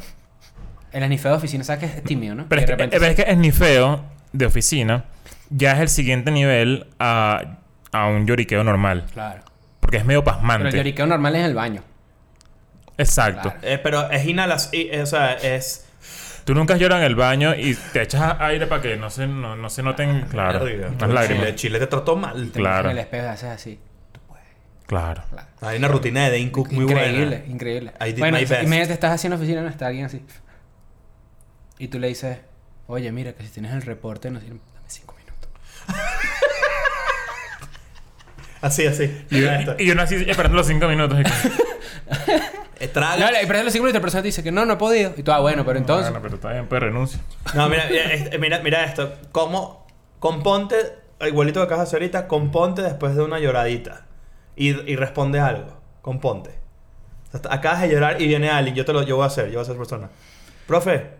Speaker 4: el esnifeo de oficina, ¿sabes que es tímido, no?
Speaker 2: Pero
Speaker 4: Y
Speaker 2: es
Speaker 4: de
Speaker 2: que,
Speaker 4: repente
Speaker 2: pero es
Speaker 4: sí.
Speaker 2: que esnifeo de oficina ya es el siguiente nivel a, a un lloriqueo normal.
Speaker 4: Claro.
Speaker 2: Porque es medio
Speaker 4: Pero el
Speaker 2: pasmante.
Speaker 4: lloriqueo normal es en el baño.
Speaker 2: Exacto.
Speaker 4: Claro.
Speaker 3: Eh, pero es inhalas, y- eh, o sea, es...
Speaker 2: Tú nunca lloras en el baño y te echas aire para que no se, no, no se noten,
Speaker 3: Ah,
Speaker 2: claro,
Speaker 3: Verga,
Speaker 2: las lágrimas.
Speaker 3: Chile, Chile te trató mal.
Speaker 4: Te miras
Speaker 2: Claro.
Speaker 4: En el espejo y haces así.
Speaker 2: Claro.
Speaker 3: Hay una rutina de Dane Cook muy
Speaker 4: increíble,
Speaker 3: buena.
Speaker 4: increíble.
Speaker 3: I did
Speaker 4: Bueno,
Speaker 3: my
Speaker 4: y-
Speaker 3: best.
Speaker 4: imagínate, estás haciendo oficina, no está alguien así. Y tú le dices, oye, mira, que si tienes el reporte, nos dame cinco minutos.
Speaker 3: Así, así.
Speaker 2: Y,
Speaker 3: Mira esto.
Speaker 2: y yo nací esperando los cinco minutos.
Speaker 3: Eh,
Speaker 4: No,
Speaker 3: traga.
Speaker 4: le pero los cinco minutos la persona te dice que no, no he podido. Y tú, ah, bueno,
Speaker 3: Mm,
Speaker 4: pero entonces.
Speaker 2: Bueno, pero está bien, pues renuncia.
Speaker 3: No, mira, mira, este- mira, mira esto. ¿Cómo componte, igualito que acabas de hacer ahorita, componte después de una lloradita? y, y responde algo, componte. O sea, acabas de llorar y viene alguien, yo te lo yo voy a hacer, yo voy a ser persona. Profe,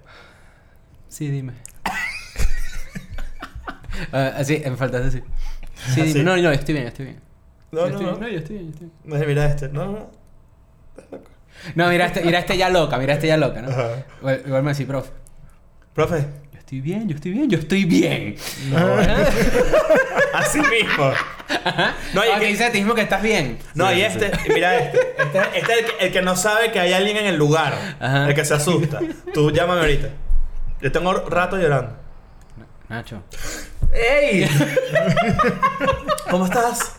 Speaker 4: Sí, dime. Ah, así, en falta así. Sí,
Speaker 3: Así.
Speaker 4: dime. No, no, estoy bien, estoy bien.
Speaker 3: no,
Speaker 4: Yo
Speaker 3: no,
Speaker 4: estoy
Speaker 3: no,
Speaker 4: bien, yo estoy bien, yo estoy bien.
Speaker 3: No, Mira este, no, no.
Speaker 4: No, mira este, mira este ya loca, mira este ya loca, ¿no?
Speaker 3: Ajá.
Speaker 4: Igual, igual me decís, profe.
Speaker 3: Profe,
Speaker 4: Yo estoy bien, yo estoy bien, yo estoy bien.
Speaker 3: así mismo. No,
Speaker 4: No,
Speaker 3: y
Speaker 4: y
Speaker 3: es que-
Speaker 4: dice a ti mismo Ah, que estás bien.
Speaker 3: No,
Speaker 2: Sí,
Speaker 3: y
Speaker 2: sí,
Speaker 3: este, mira este. Este, este es el que, el que no sabe que hay alguien en el lugar.
Speaker 4: Ajá.
Speaker 3: El que se asusta. Tú llámame ahorita. Yo tengo rato llorando.
Speaker 4: Nacho.
Speaker 3: ¡Ey! ¿Cómo estás?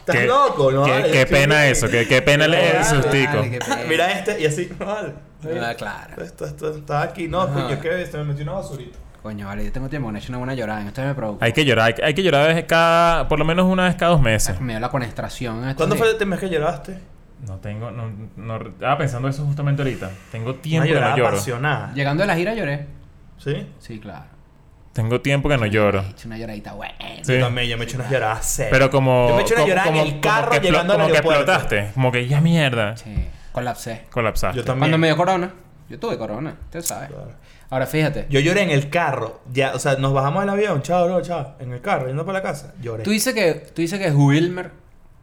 Speaker 3: ¿Estás
Speaker 2: Qué-
Speaker 3: loco? No,
Speaker 2: qué,
Speaker 3: vale,
Speaker 2: qué
Speaker 3: yo estoy
Speaker 2: pena
Speaker 3: bien.
Speaker 2: eso, qué, qué pena
Speaker 3: No,
Speaker 2: el
Speaker 3: vale,
Speaker 2: sustico.
Speaker 4: vale, qué pena.
Speaker 3: Mira este y así, no vale.
Speaker 4: Ah, claro.
Speaker 3: Esto, esto- está aquí, no,
Speaker 4: Ajá.
Speaker 3: coño, que se me metió una basurita.
Speaker 4: Coño, vale, yo tengo tiempo, Nacho, una buena llorada. Esto me provoca.
Speaker 2: Hay que llorar, hay, que- hay que llorar desde cada, por lo menos una vez cada dos meses.
Speaker 4: Me dio la concentración. esto
Speaker 3: ¿Cuándo
Speaker 4: sí.
Speaker 3: fue el tema que lloraste?
Speaker 2: No tengo, no, no, estaba pensando eso justamente ahorita. Tengo
Speaker 3: Una
Speaker 2: tiempo que
Speaker 3: llorada
Speaker 2: no lloro.
Speaker 3: apasionada.
Speaker 4: Llegando a la gira lloré.
Speaker 3: ¿Sí?
Speaker 4: Sí, claro.
Speaker 2: Tengo tiempo que no lloro.
Speaker 4: He hecho una lloradita buena.
Speaker 2: Sí.
Speaker 3: Yo también, yo me eché unas lloradas serias.
Speaker 2: Pero como.
Speaker 3: Yo me eché una
Speaker 2: como-
Speaker 3: llorada en
Speaker 2: como-
Speaker 3: el
Speaker 2: como
Speaker 3: carro
Speaker 2: que explo-
Speaker 3: llegando al
Speaker 2: Como que
Speaker 3: aeropuerto.
Speaker 2: explotaste. Como que ya mierda.
Speaker 4: Sí, colapsé.
Speaker 2: Colapsaste.
Speaker 3: Yo también.
Speaker 4: Cuando me dio corona. Yo tuve corona, usted sabe.
Speaker 3: Claro.
Speaker 4: Ahora fíjate.
Speaker 3: Yo lloré en el carro. Ya, o sea, nos bajamos del avión. Chao, bro, chao. En el carro, yendo para la casa. Lloré.
Speaker 4: Tú dices que, tú dices que Wilmer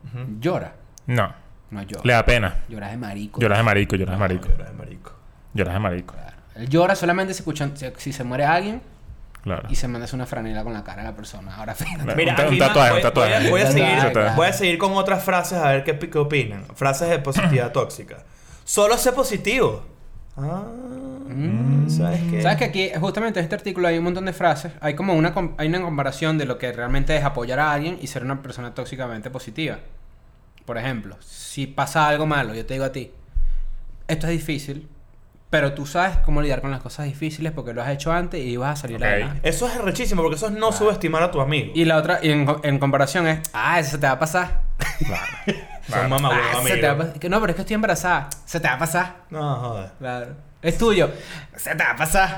Speaker 3: Ujú.
Speaker 4: llora.
Speaker 2: No.
Speaker 4: No llora.
Speaker 2: Le da pena.
Speaker 4: Lloras de marico.
Speaker 2: Lloras de marico, lloras de marico.
Speaker 3: Lloré, marico.
Speaker 2: Lloras de marico.
Speaker 4: Claro. Él llora solamente si, escuchan, si, si se muere alguien
Speaker 2: Claro.
Speaker 4: y se manda hacer una franela con la cara de la persona. Ahora fíjate.
Speaker 3: Mira,
Speaker 2: un ta-
Speaker 3: aquí
Speaker 2: un tatuaje,
Speaker 3: voy-
Speaker 2: un tatuaje.
Speaker 3: Voy, a- voy a
Speaker 4: Un
Speaker 3: seguir,
Speaker 4: tatuaje.
Speaker 3: voy a seguir con otras frases a ver qué, pi- qué opinan. Frases de positividad tóxica. Solo sé positivo. Ah, ¿sabes qué?
Speaker 4: Sabes que aquí, justamente en este artículo, hay un montón de frases. Hay como una, com- hay una comparación de lo que realmente es apoyar a alguien y ser una persona tóxicamente positiva. Por ejemplo, si pasa algo malo, yo te digo a ti, esto es difícil, pero tú sabes cómo lidiar con las cosas difíciles porque lo has hecho antes y vas a salir
Speaker 2: Ok.
Speaker 4: adelante.
Speaker 3: Eso es rechísimo porque eso es no subestimar a tu amigo.
Speaker 4: Ah. Y la otra, y en, co- en comparación es, ah, eso se te va a pasar.
Speaker 3: Son
Speaker 2: Claro.
Speaker 3: mamá,
Speaker 4: Ah, se te va a pas- que No, pero es que estoy embarazada. Se te va a pasar.
Speaker 3: No, joder.
Speaker 4: Claro. Es tuyo. Se te va a pasar.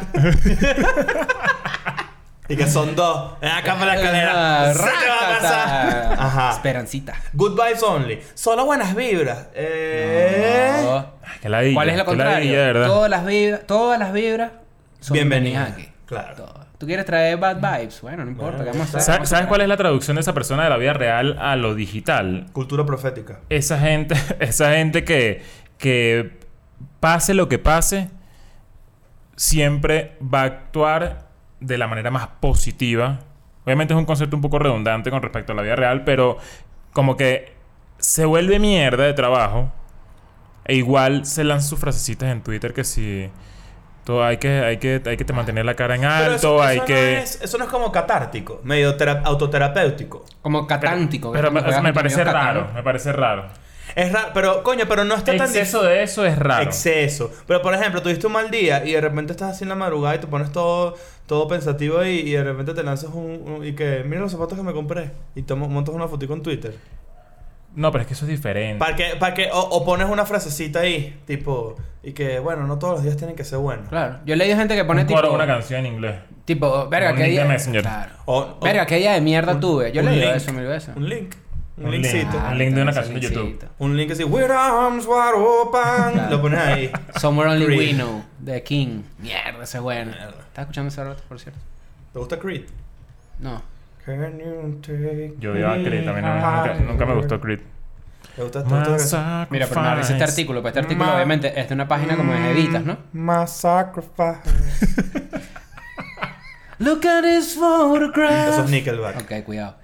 Speaker 3: Y que son dos. Ven Acá para la escalera.
Speaker 4: Ah,
Speaker 3: Se te va a pasar.
Speaker 4: rácata.
Speaker 3: Ajá.
Speaker 4: Esperancita.
Speaker 3: Good vibes only. Solo buenas vibras. Eh...
Speaker 4: No.
Speaker 2: Ah, qué ladilla,
Speaker 4: Oh. ¿Cuál es lo
Speaker 2: qué ladilla, de
Speaker 4: contrario?
Speaker 2: verdad.
Speaker 4: todas las vibras, todas las vibras son
Speaker 3: Bienvenidas.
Speaker 4: bienvenidas aquí.
Speaker 3: Claro.
Speaker 4: Todas. ¿Tú quieres traer bad vibes? Bueno, no importa,
Speaker 3: Bueno,
Speaker 4: ¿qué vamos a hacer?
Speaker 2: ¿Sabes, ¿Sabes cuál es la traducción de esa persona de la vida real a lo digital?
Speaker 3: Cultura profética.
Speaker 2: Esa gente, esa gente que, que pase lo que pase, siempre va a actuar de la manera más positiva. Obviamente es un concepto un poco redundante con respecto a la vida real, pero como que se vuelve mierda de trabajo. E igual se lanzan sus frasecitas en Twitter que si todo hay que, hay que, hay que te mantener la cara en
Speaker 3: Pero
Speaker 2: alto,
Speaker 3: eso, eso
Speaker 2: hay
Speaker 3: no
Speaker 2: que.
Speaker 3: es, eso no es como catártico, medio tera- autoterapéutico.
Speaker 4: Como catántico. que
Speaker 2: Pero
Speaker 4: es cuando
Speaker 2: me,
Speaker 4: juegas
Speaker 2: me
Speaker 4: un
Speaker 2: parece
Speaker 4: torneo
Speaker 2: raro,
Speaker 4: catán.
Speaker 2: me parece raro.
Speaker 3: Es raro, pero coño, pero no está tan
Speaker 2: Exceso de eso es raro.
Speaker 3: Exceso. Pero por ejemplo, tuviste un mal día y de repente estás así en la madrugada y te pones todo, todo pensativo y, y de repente te lanzas un, un- y que mira los zapatos que me compré y tomo, montas una fotito en Twitter.
Speaker 2: No, pero es que eso es diferente.
Speaker 3: Para que, para que o, o pones una frasecita ahí, tipo y que bueno, no todos los días tienen que ser buenos.
Speaker 4: Claro. Yo le digo a gente que pone
Speaker 2: Un coro,
Speaker 4: tipo.
Speaker 2: una canción en inglés.
Speaker 4: Tipo, verga,
Speaker 2: Un
Speaker 4: qué
Speaker 2: link de
Speaker 4: día.
Speaker 2: Messenger.
Speaker 4: Claro.
Speaker 3: O- o-
Speaker 4: Verga, qué día de mierda
Speaker 3: un-
Speaker 4: tuve. Yo
Speaker 3: un
Speaker 4: le digo
Speaker 3: link.
Speaker 4: eso mil veces.
Speaker 3: Un link. Un,
Speaker 2: Un link.
Speaker 3: linkcito.
Speaker 2: Ah. link de una
Speaker 4: entonces,
Speaker 2: canción de YouTube.
Speaker 4: linkcito.
Speaker 3: Un link así, with arms wide open.
Speaker 4: Claro.
Speaker 3: Lo pones ahí.
Speaker 4: Somewhere Only
Speaker 3: Creed.
Speaker 4: We Know, de King. Mierda, ese es bueno.
Speaker 3: Mierda.
Speaker 4: ¿Estás escuchando ese rato, por cierto?
Speaker 3: ¿Te gusta Creed?
Speaker 4: No.
Speaker 3: Can you take
Speaker 2: Yo odiaba a Creed
Speaker 3: Mm,
Speaker 2: también. no- nunca, nunca me gustó Creed.
Speaker 3: ¿Te gusta tanto
Speaker 4: Mira, pero no dice este artículo, pues este artículo
Speaker 3: Ma-
Speaker 4: obviamente es de una página como de Editas, ¿no?
Speaker 3: My sacrifice.
Speaker 4: Look at this photograph.
Speaker 3: Eso es Nickelback.
Speaker 4: Ok, cuidado.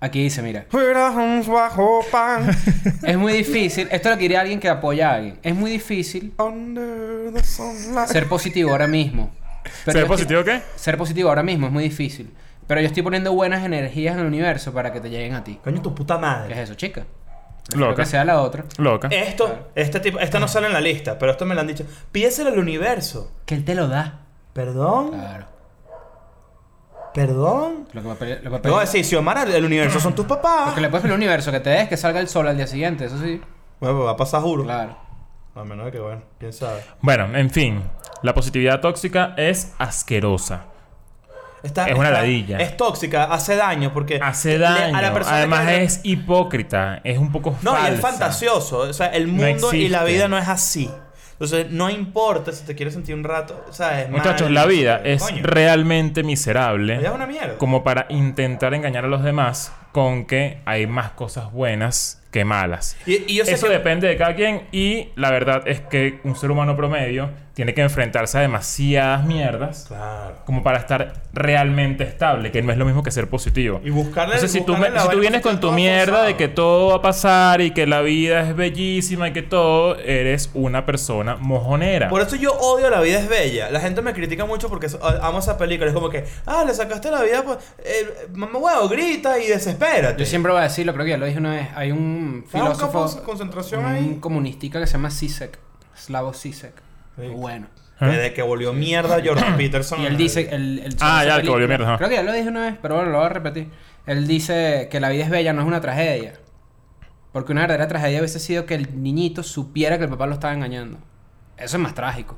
Speaker 4: Aquí dice, mira,
Speaker 3: With arms wide open.
Speaker 4: es muy difícil, esto lo quería alguien que apoya a alguien, es muy difícil
Speaker 3: Under the sunlight.
Speaker 4: ser positivo ahora mismo. Pero
Speaker 2: ¿Ser
Speaker 4: yo estoy-
Speaker 2: positivo qué?
Speaker 4: Ser positivo ahora mismo es muy difícil, pero yo estoy poniendo buenas energías en el universo para que te lleguen a ti.
Speaker 3: Coño, tu puta
Speaker 4: ¿Qué
Speaker 3: madre.
Speaker 4: es eso, chica? Lo
Speaker 2: Loca.
Speaker 4: que sea la otra.
Speaker 2: Loca.
Speaker 3: Esto, este tipo, esta no sale en la lista, pero esto me lo han dicho. Pídeselo al universo.
Speaker 4: Que él te lo da.
Speaker 3: ¿Perdón?
Speaker 4: Claro.
Speaker 3: ¿Perdón?
Speaker 4: Lo que, va a pedir- lo que va a pedir-
Speaker 3: No, sí, Xiomara, el universo son tus
Speaker 4: lo
Speaker 3: papás.
Speaker 4: que le puedes pedir al universo, que te des que salga el sol al día siguiente, eso sí.
Speaker 3: Bueno, va a pasar, juro.
Speaker 4: Claro.
Speaker 3: A menos de que, bueno, quién sabe.
Speaker 2: Bueno, en fin. La positividad tóxica es asquerosa.
Speaker 3: está-
Speaker 2: Es una
Speaker 3: está-
Speaker 2: ladilla.
Speaker 3: Es tóxica, hace daño porque...
Speaker 2: Hace
Speaker 3: le-
Speaker 2: daño.
Speaker 3: a la persona que
Speaker 2: Además
Speaker 3: le-
Speaker 2: es hipócrita, es un poco
Speaker 3: No,
Speaker 2: falsa.
Speaker 3: y es fantasioso. O sea, el mundo y la
Speaker 2: existe.
Speaker 3: vida no es así. Entonces, no importa si te quieres sentir un rato, ¿sabes? mal,
Speaker 2: Muchachos, la vida
Speaker 3: coño.
Speaker 2: es realmente
Speaker 3: La vida es
Speaker 2: miserable
Speaker 3: una mierda.
Speaker 2: como para intentar engañar a los demás con que hay más cosas buenas que malas.
Speaker 3: Y, y yo sé
Speaker 2: Eso
Speaker 3: que...
Speaker 2: depende de cada quien y la verdad es que un ser humano promedio tiene que enfrentarse a demasiadas mierdas
Speaker 3: Claro.
Speaker 2: como para estar realmente estable, que no es lo mismo que ser positivo.
Speaker 3: Y buscarle...
Speaker 2: Entonces, si tú,
Speaker 3: buscarle
Speaker 2: me-
Speaker 3: la
Speaker 2: si tú
Speaker 3: vaina
Speaker 2: vienes
Speaker 3: que
Speaker 2: con tu
Speaker 3: todo
Speaker 2: mierda de
Speaker 3: forzado.
Speaker 2: que todo va a pasar y que la vida es bellísima y que todo, eres una persona mojonera.
Speaker 3: Por eso yo odio La vida es bella. La gente me critica mucho porque so- a- amo esa película. Es como que, ah, le sacaste la vida, pues, eh, mamá huevo, grita y desespérate.
Speaker 4: Yo siempre voy a decirlo, creo que ya lo dije una vez. Hay un
Speaker 3: Ah, un campo
Speaker 4: filósofo,
Speaker 3: de concentración
Speaker 4: un
Speaker 3: ahí.
Speaker 4: comunistica que se llama Sisek, Slavo Sisek.
Speaker 3: Sí.
Speaker 4: Bueno.
Speaker 3: Desde que volvió mierda Jordan Peterson.
Speaker 4: Y él dice, el, el-
Speaker 2: Ah,
Speaker 4: esa
Speaker 2: ya, el que
Speaker 4: película-
Speaker 2: volvió mierda, ajá.
Speaker 4: Creo que ya lo dije una vez, pero bueno, lo voy a repetir. Él dice que la vida es bella, no es una tragedia. Porque una verdadera tragedia hubiese sido que el niñito supiera que el papá lo estaba engañando. Eso es más trágico.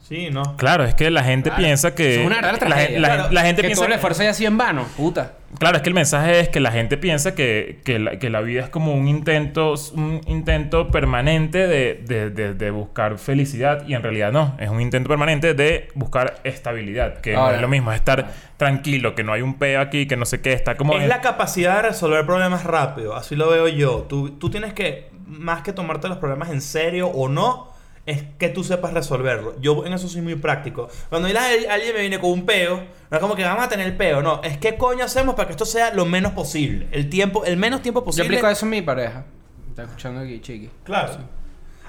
Speaker 3: Sí, no.
Speaker 2: Claro, es que la gente
Speaker 4: Claro.
Speaker 2: piensa que...
Speaker 4: Eso es una verdadera
Speaker 2: la,
Speaker 4: tragedia.
Speaker 2: gen- la gen-
Speaker 3: Claro,
Speaker 2: la gente
Speaker 4: que
Speaker 2: piensa...
Speaker 4: todo el esfuerzo haya sido en vano, puta.
Speaker 2: Claro, es que el mensaje es que la gente piensa que, que la, que la vida es como un intento, un intento permanente de, de- de- de buscar felicidad y en realidad no, es un intento permanente de buscar estabilidad, que no
Speaker 4: Ahora.
Speaker 2: es lo mismo, es estar tranquilo, que no hay un peo aquí, que no sé qué, está como...
Speaker 3: Es la capacidad de resolver problemas rápido, así lo veo yo. Tú, tú tienes que, más que tomarte los problemas en serio o no, es que tú sepas resolverlo. Yo en eso soy muy práctico. Cuando la- alguien me viene con un peo, no es como que vamos a tener peo, no. Es que coño hacemos para que esto sea lo menos posible. El tiempo, el menos tiempo
Speaker 4: Yo
Speaker 3: posible.
Speaker 4: aplico eso a mi pareja. Está escuchando aquí, chiqui.
Speaker 3: Claro.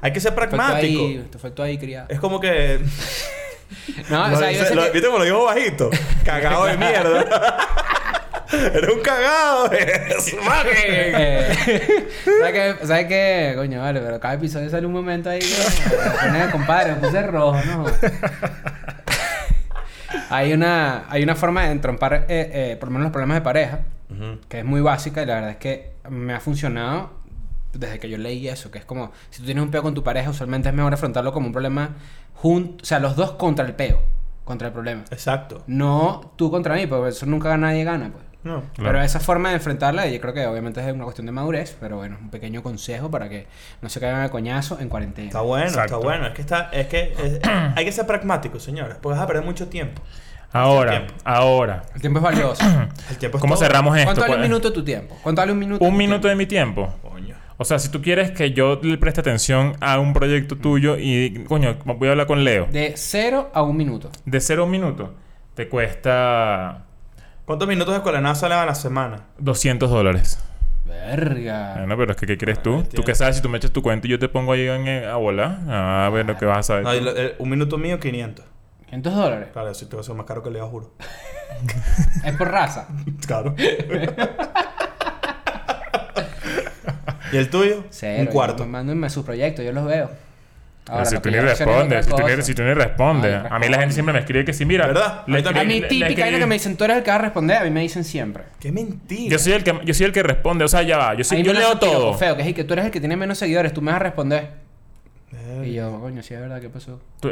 Speaker 3: Hay que ser
Speaker 4: Fue tú
Speaker 3: pragmático.
Speaker 4: ahí, esto fue tú ahí criado.
Speaker 3: Es como que.
Speaker 4: No, o
Speaker 3: Lo
Speaker 4: sea, yo
Speaker 3: dice-
Speaker 4: sé
Speaker 3: lo-
Speaker 4: que-
Speaker 3: ¿Viste cómo lo dijo bajito? Cagado de mierda. Eres un cagado.
Speaker 4: Eh, ¿Sabes qué? ¿Sabes qué? Coño, vale, pero cada episodio sale un momento ahí. ¿no? Me pone, compadre, me puse rojo, ¿no? hay, una, hay una forma de entrompar, eh, eh, por lo menos los problemas de pareja, que es muy básica y la verdad es que me ha funcionado desde que yo leí eso, que es como, si tú tienes un peo con tu pareja, usualmente es mejor afrontarlo como un problema junto, o sea, los dos contra el peo, contra el problema.
Speaker 3: Exacto.
Speaker 4: No tú contra mí, porque eso nunca nadie gana, pues.
Speaker 3: No.
Speaker 2: Claro.
Speaker 4: Pero esa forma de enfrentarla, yo creo que obviamente es una cuestión de madurez, pero bueno, un pequeño consejo para que no se caigan a coñazo en cuarentena.
Speaker 3: Está bueno,
Speaker 2: Exacto.
Speaker 3: está bueno. Es que está, es que es- hay que ser pragmáticos, señores, porque vas a perder mucho tiempo.
Speaker 2: Ahora,
Speaker 3: tiempo.
Speaker 2: ahora,
Speaker 4: El tiempo es valioso.
Speaker 3: El tiempo es
Speaker 2: ¿cómo
Speaker 3: todo.
Speaker 2: cerramos esto?
Speaker 4: ¿Cuánto vale un
Speaker 2: pues?
Speaker 4: minuto de tu tiempo? ¿Cuánto vale un minuto? de
Speaker 2: Un
Speaker 4: tu
Speaker 2: minuto
Speaker 4: tiempo?
Speaker 2: de mi tiempo.
Speaker 3: Coño.
Speaker 2: O sea, si tú quieres que yo le preste atención a un proyecto tuyo y, coño, voy a hablar con Leo.
Speaker 4: De cero a un minuto.
Speaker 2: De cero a un minuto, te cuesta
Speaker 3: ¿Cuántos minutos de escuela nada salen a la semana?
Speaker 2: 200 dólares.
Speaker 4: Verga.
Speaker 2: Bueno, pero es que ¿qué quieres tú? ¿Tú
Speaker 3: Ah. entiendo.
Speaker 2: qué sabes si tú me echas tu cuenta y yo te pongo ahí en, eh, a volar? Ah, bueno, ¿qué vas a saber?
Speaker 3: No, y lo- eh, un minuto mío, 500.
Speaker 4: 500 dólares.
Speaker 3: Claro, eso te va a ser más caro que Leo, juro.
Speaker 4: Es por raza.
Speaker 3: Claro. ¿Y el tuyo?
Speaker 4: Cero.
Speaker 3: un cuarto.
Speaker 4: Yo- Mándenme sus proyectos, yo los veo.
Speaker 2: Pero si,
Speaker 4: la
Speaker 2: tú ni
Speaker 4: proyección es otra
Speaker 2: respondes, si tú ni
Speaker 4: cosa.
Speaker 2: si tú ni respondes.
Speaker 4: Ay,
Speaker 2: a mí la gente siempre me escribe que sí, mira.
Speaker 3: ¿Verdad?
Speaker 2: le
Speaker 3: A
Speaker 4: A
Speaker 3: mí también.
Speaker 2: escribí-
Speaker 4: mí
Speaker 2: le- le
Speaker 4: típica es
Speaker 2: escribí-
Speaker 4: que me dicen, tú eres el que va a responder, a mí me dicen siempre.
Speaker 3: ¡Qué mentira!
Speaker 2: Yo soy el que yo soy el que responde, o sea, ya va, yo soy-
Speaker 4: Ahí
Speaker 2: yo
Speaker 4: me
Speaker 2: leo
Speaker 4: lanzan
Speaker 2: todo.
Speaker 4: pirofeo, que es el que tú eres el que tiene menos seguidores, tú me vas a responder.
Speaker 3: Eh,
Speaker 4: Y yo, coño, si es verdad, ¿qué pasó?
Speaker 2: Tú-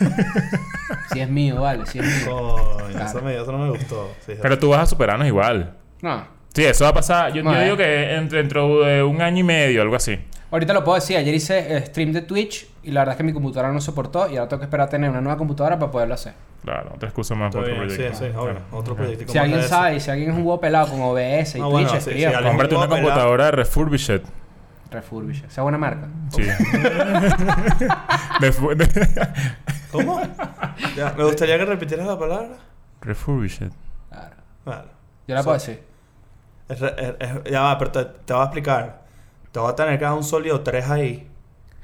Speaker 4: Si es mío, vale, si es mío.
Speaker 3: coño, eso,
Speaker 4: Claro.
Speaker 3: me- eso no me gustó. Sí,
Speaker 2: Pero tú vas a superarnos igual.
Speaker 4: No.
Speaker 2: Sí, eso va a pasar. Yo, yo
Speaker 4: Bueno.
Speaker 2: digo que entre- dentro de un año y medio, algo así.
Speaker 4: Ahorita lo puedo decir, ayer hice eh, stream de Twitch y la verdad es que mi computadora no soportó y ahora tengo que esperar a tener una nueva computadora para poderlo hacer.
Speaker 2: Claro, otra excusa más
Speaker 3: Está
Speaker 2: para otro
Speaker 3: bien,
Speaker 2: proyecto.
Speaker 3: sí, sí, ahora, otro proyecto. este.
Speaker 4: Si alguien sabe, si alguien es un huevo pelado con OBS y
Speaker 3: No,
Speaker 4: Twitch,
Speaker 3: bueno, sí,
Speaker 4: escriba,
Speaker 3: sí,
Speaker 4: pues,
Speaker 3: alguien-
Speaker 2: Cómprate una
Speaker 3: Vamos a pelar.
Speaker 2: computadora refurbished.
Speaker 4: refurbish. Sea buena marca.
Speaker 2: Sí. De fu- de-
Speaker 3: ¿Cómo? Ya, me gustaría que repitieras la palabra.
Speaker 2: refurbished.
Speaker 4: Claro.
Speaker 3: Claro.
Speaker 4: Yo la
Speaker 3: Sí.
Speaker 4: puedo decir.
Speaker 3: Es re- es- es- ya va, pero te, te voy a explicar. Te voy a tener que dar un sólido 3 ahí.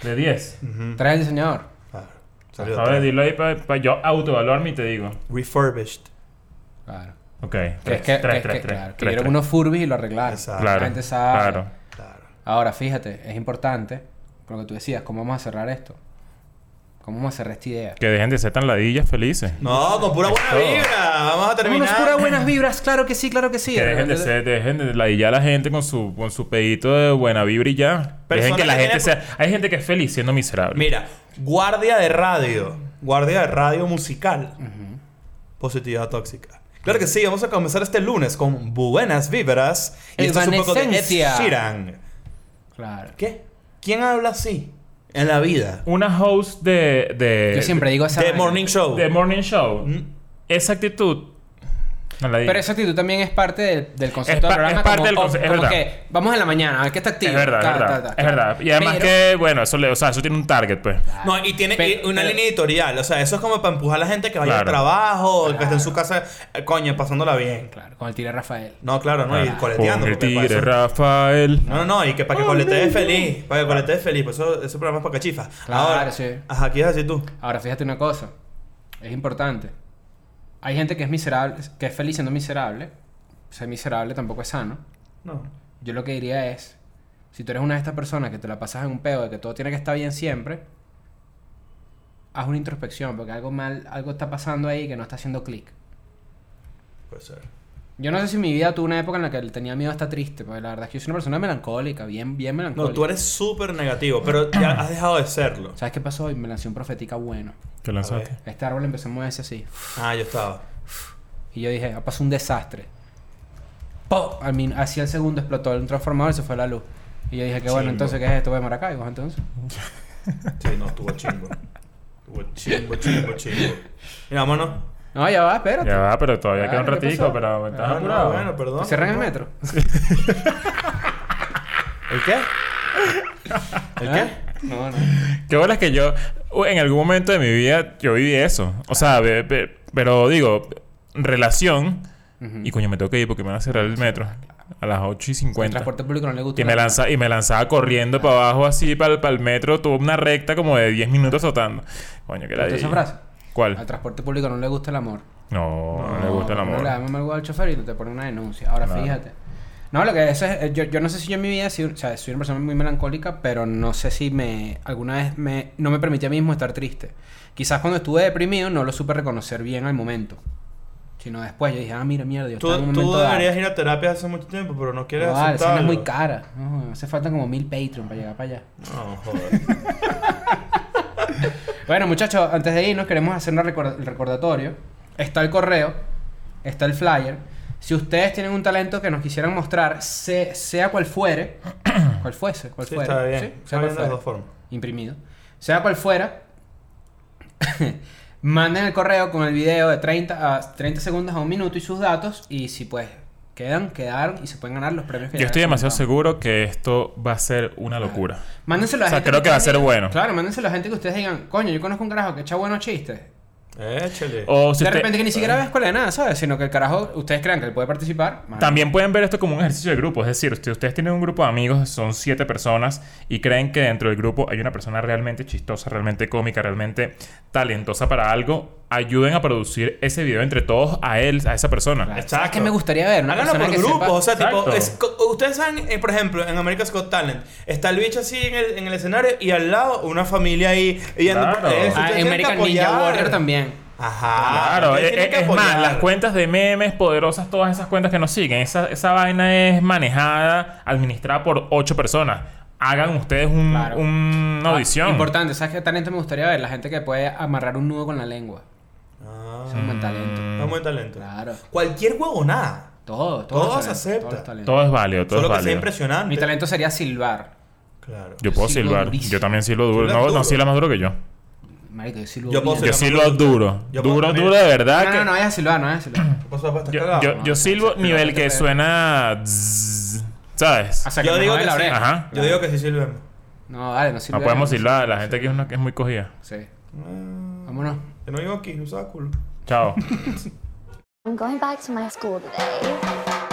Speaker 2: De 10.
Speaker 4: Trae el diseñador.
Speaker 3: Claro.
Speaker 2: A ver, dilo ahí para yo autovaluarme y te digo.
Speaker 3: Refurbished.
Speaker 4: Claro.
Speaker 2: Ok.
Speaker 4: Que es
Speaker 2: tres,
Speaker 4: que,
Speaker 2: tres,
Speaker 4: que es
Speaker 2: tres,
Speaker 4: que-
Speaker 2: tres,
Speaker 4: claro, que
Speaker 2: tres,
Speaker 4: vieron
Speaker 2: tres.
Speaker 4: unos furbis y lo arreglaron.
Speaker 3: Exacto.
Speaker 2: Claro.
Speaker 4: La gente sabe.
Speaker 2: Claro.
Speaker 3: Claro.
Speaker 4: Ahora, fíjate, es importante lo que tú decías, cómo vamos a cerrar esto. Cómo vamos a cerrar esta idea.
Speaker 2: Que dejen de ser tan ladillas felices.
Speaker 3: No, con pura buena
Speaker 2: Eso.
Speaker 3: vibra. Vamos a
Speaker 4: Vámonos
Speaker 3: terminar.
Speaker 4: pura buenas vibras, claro que sí, claro que sí.
Speaker 2: Que dejen de ser, dejen de ladillar a la gente con su, con su pedito de buena vibra y ya. dejen
Speaker 3: Persona
Speaker 2: que la
Speaker 3: que
Speaker 2: gente
Speaker 3: tiene-
Speaker 2: sea. Hay gente que es feliz siendo miserable.
Speaker 3: Mira, guardia de radio. Guardia de radio musical. Positividad tóxica. Claro que sí, vamos a comenzar este lunes con buenas víveras. Y esto es un poco de Ed
Speaker 4: Evanescencia.
Speaker 3: Sheeran.
Speaker 4: Claro.
Speaker 3: ¿Qué? ¿Quién habla así en la vida?
Speaker 2: Una host de. de
Speaker 4: Yo siempre digo esa.
Speaker 3: The
Speaker 4: vaina.
Speaker 3: Morning Show.
Speaker 2: De Eh, Morning Show.
Speaker 3: Mm.
Speaker 2: Esa actitud. No la digo.
Speaker 4: Pero esa actitud también es parte del, del concepto del
Speaker 2: Es pa-
Speaker 4: programa.
Speaker 2: es parte
Speaker 4: como-
Speaker 2: del conce- es
Speaker 4: como
Speaker 2: verdad.
Speaker 4: que vamos en la mañana, a ver qué está activo.
Speaker 2: Es verdad,
Speaker 4: Ta,
Speaker 2: es verdad.
Speaker 4: ta, ta,
Speaker 2: es
Speaker 4: claro.
Speaker 2: verdad. Y además
Speaker 4: Pero-
Speaker 2: que, bueno, eso le, o sea, eso tiene un target, pues.
Speaker 3: No, y tiene
Speaker 4: Pero-
Speaker 3: y una
Speaker 4: pero-
Speaker 3: línea editorial. O sea, eso es como para empujar a la gente que vaya al
Speaker 2: Claro.
Speaker 3: trabajo, que esté en su casa, eh, coño, pasándola bien.
Speaker 4: Claro, con el tira Rafael.
Speaker 3: No, claro, no, y coleteando.
Speaker 2: Con el
Speaker 3: porque para
Speaker 2: tigre, Oh,
Speaker 3: eso-
Speaker 2: Rafael.
Speaker 3: No, no, no, y que para que coletees feliz. Para que coletees feliz, pues eso, ese programa es para cachifas.
Speaker 4: Claro,
Speaker 3: Ahora,
Speaker 4: sí.
Speaker 3: Ajá, ¿qué ibas a decir tú?
Speaker 4: Ahora, fíjate una cosa. Es importante. Hay gente que es miserable, que es feliz siendo miserable. Ser miserable tampoco es sano.
Speaker 3: No.
Speaker 4: Yo lo que diría es, si tú eres una de estas personas que te la pasas en un peo de que todo tiene que estar bien siempre, haz una introspección, porque algo mal, algo está pasando ahí que no está haciendo clic.
Speaker 3: Puede ser.
Speaker 4: Yo no sé si mi vida tuvo una época en la que le tenía miedo a estar triste, porque la verdad es que yo soy una persona melancólica, bien, bien melancólica.
Speaker 3: No, tú eres súper negativo, pero ya has dejado de serlo.
Speaker 4: ¿Sabes qué pasó hoy? Me lancé un profética bueno.
Speaker 2: ¿Qué
Speaker 3: A
Speaker 2: lanzaste?
Speaker 3: ver.
Speaker 4: Este árbol empezó a moverse así.
Speaker 3: Ah, yo estaba.
Speaker 4: Y yo dije, ha pasado un desastre. ¡Po! Al min- hacia el segundo explotó el transformador y se fue la luz. Y yo dije, que bueno,
Speaker 3: Chingo.
Speaker 4: entonces, ¿qué es esto de Maracaibo entonces?
Speaker 3: Sí, no, estuvo chingo. Estuvo chingo, chingo, chingo. Mira, vámonos.
Speaker 4: No, ya va, espérate.
Speaker 2: Ya va, pero todavía queda un
Speaker 4: Claro, ¿qué
Speaker 2: ratico,
Speaker 4: pasó?
Speaker 2: pero estás
Speaker 3: Ah, no,
Speaker 2: apurado.
Speaker 3: bueno, perdón.
Speaker 4: Cierran el metro.
Speaker 3: ¿El qué? ¿El qué?
Speaker 4: ¿Eh? No, no.
Speaker 2: Qué bola es que yo, uh, en algún momento de mi vida, yo viví eso. O sea, ve- ve- pero digo, relación. Y coño, me tengo que ir porque me van a cerrar el metro a las 8 y
Speaker 4: El
Speaker 2: 50.
Speaker 4: transporte público no le gusta.
Speaker 2: Y me, lanza, y me lanzaba corriendo para abajo así, para el metro. Tuvo una recta como de 10 minutos soltando. Coño, que la
Speaker 4: ¿Esa
Speaker 2: di-
Speaker 4: frase? Al
Speaker 2: ¿Cuál?
Speaker 4: transporte público no le gusta el amor.
Speaker 2: No, no, le gusta el
Speaker 4: Ah, No
Speaker 2: amor.
Speaker 4: le da mamá al chofer y te pone una denuncia. Ahora
Speaker 2: Claro.
Speaker 4: fíjate. No, lo que eso es, eh, yo, yo no sé si yo en mi vida, he sido- o sea, soy una persona muy melancólica, pero no sé si me alguna vez me, no me permití a mí mismo estar triste. Quizás cuando estuve deprimido no lo supe reconocer bien al momento, sino después yo dije, ah, mira, mierda, yo
Speaker 3: Tú,
Speaker 4: estaba en un
Speaker 3: tú
Speaker 4: momento
Speaker 3: deberías
Speaker 4: dark".
Speaker 3: ir a terapia hace mucho tiempo, pero no quieres
Speaker 4: No, vale, esa vaina
Speaker 3: aceptarlo.
Speaker 4: es muy cara. No, hace falta como mil Patreon para llegar para allá.
Speaker 3: No, joder.
Speaker 4: Bueno, muchachos, antes de irnos queremos hacer una recorda- el recordatorio. Está el correo, está el flyer. Si ustedes tienen un talento que nos quisieran mostrar, se- sea cual fuere, cual fuese, cual
Speaker 3: Sí,
Speaker 4: Pues fuera,
Speaker 3: está bien.
Speaker 4: ¿sí?
Speaker 3: Está
Speaker 4: sea cual
Speaker 3: bien de las
Speaker 4: fuera,
Speaker 3: dos formas.
Speaker 4: imprimido, sea cual fuera, manden el correo con el video de 30 a 30 segundos a un minuto y sus datos y si pues quedan, quedaron y se pueden ganar los premios que
Speaker 2: Yo
Speaker 4: ya
Speaker 2: estoy demasiado
Speaker 4: comentamos.
Speaker 2: seguro que esto va a ser una locura.
Speaker 4: Mándenselo a
Speaker 2: O sea,
Speaker 4: gente
Speaker 2: creo que va a
Speaker 4: ustedes
Speaker 2: ser
Speaker 4: digan-
Speaker 2: bueno.
Speaker 4: Claro, mándenselo a gente que ustedes digan, coño, yo conozco un carajo que echa buenos chistes.
Speaker 3: Échale.
Speaker 2: O si
Speaker 4: de
Speaker 2: usted-
Speaker 4: repente que ni siquiera ve escuela de nada, ¿sabes? Sino que el carajo, ustedes crean que él puede participar. mano.
Speaker 2: También pueden ver esto como un ejercicio de grupo. Es decir, si ustedes tienen un grupo de amigos, son siete personas, y creen que dentro del grupo hay una persona realmente chistosa, realmente cómica, realmente talentosa para algo, ayuden a producir ese video entre todos a él, a esa persona.
Speaker 4: Claro.
Speaker 3: Exacto.
Speaker 4: ¿Sabes qué me gustaría ver? Una
Speaker 3: Háganlo
Speaker 4: persona
Speaker 3: por
Speaker 4: que
Speaker 3: grupos,
Speaker 4: sepa-
Speaker 3: o sea, tipo,
Speaker 2: Exacto.
Speaker 3: es- co- ustedes saben, eh, por ejemplo, en America's Got Talent, está el bicho así en el, en el escenario y al lado una familia ahí y
Speaker 2: Claro.
Speaker 3: por- eso,
Speaker 4: Ah,
Speaker 2: Ah,
Speaker 3: ustedes tienen que
Speaker 4: American Ninja
Speaker 3: apoyar.
Speaker 4: Warrior también.
Speaker 3: Ajá.
Speaker 2: Claro,
Speaker 3: Ah, ustedes
Speaker 2: e-
Speaker 3: tienen
Speaker 2: e-
Speaker 3: que
Speaker 2: es, más,
Speaker 3: apoyar.
Speaker 2: las cuentas de memes poderosas, todas esas cuentas que nos siguen, esa, esa vaina es manejada, administrada por ocho personas. Hagan ustedes un,
Speaker 4: Claro. Ah,
Speaker 2: una audición.
Speaker 4: Importante, ¿sabes qué talento me gustaría ver? La gente que puede amarrar un nudo con la lengua.
Speaker 3: Ah,
Speaker 4: Es un buen talento.
Speaker 3: Es un buen talento.
Speaker 4: Claro.
Speaker 3: Cualquier huevonada.
Speaker 4: Todo, todo.
Speaker 3: Todos
Speaker 4: los talentos,
Speaker 3: aceptan.
Speaker 4: todos los talentos.
Speaker 2: Todo es válido, todo es
Speaker 3: Solo que sea
Speaker 2: válido.
Speaker 3: impresionante.
Speaker 4: Mi talento sería silbar.
Speaker 3: Claro.
Speaker 2: Yo puedo
Speaker 4: Silbo
Speaker 2: silbar.
Speaker 4: durísimo.
Speaker 2: Yo también silbo duro.
Speaker 3: Silbas
Speaker 2: No,
Speaker 3: duro.
Speaker 2: no silba más duro que yo.
Speaker 4: Marico, yo silbo
Speaker 3: Yo puedo
Speaker 2: Yo
Speaker 4: bien.
Speaker 3: silbar.
Speaker 2: silbo
Speaker 3: más duro.
Speaker 2: duro.
Speaker 3: Yo puedo
Speaker 2: duro,
Speaker 3: también.
Speaker 2: duro de verdad
Speaker 4: No,
Speaker 2: que.
Speaker 4: no, no, vayas a silbar, no vayas a silbar.
Speaker 3: ¿Qué pasó? ¿Estás
Speaker 2: Yo,
Speaker 3: cagado?
Speaker 2: yo, yo silbo nivel que suena. zzzz, ¿Sabes?
Speaker 4: Hasta que
Speaker 3: Yo
Speaker 4: me
Speaker 3: digo
Speaker 4: jode
Speaker 3: que
Speaker 4: la
Speaker 3: sí.
Speaker 4: oreja.
Speaker 2: Ajá.
Speaker 3: Yo digo que sí silbemos.
Speaker 4: No, dale, no silbar.
Speaker 2: No podemos silbar. La gente aquí es, una, que es muy cogida.
Speaker 4: Sí.
Speaker 3: Ah,
Speaker 4: Vámonos.
Speaker 3: Yo no vivo aquí, no saco culo.
Speaker 2: Chao.
Speaker 1: I'm going back to my school today.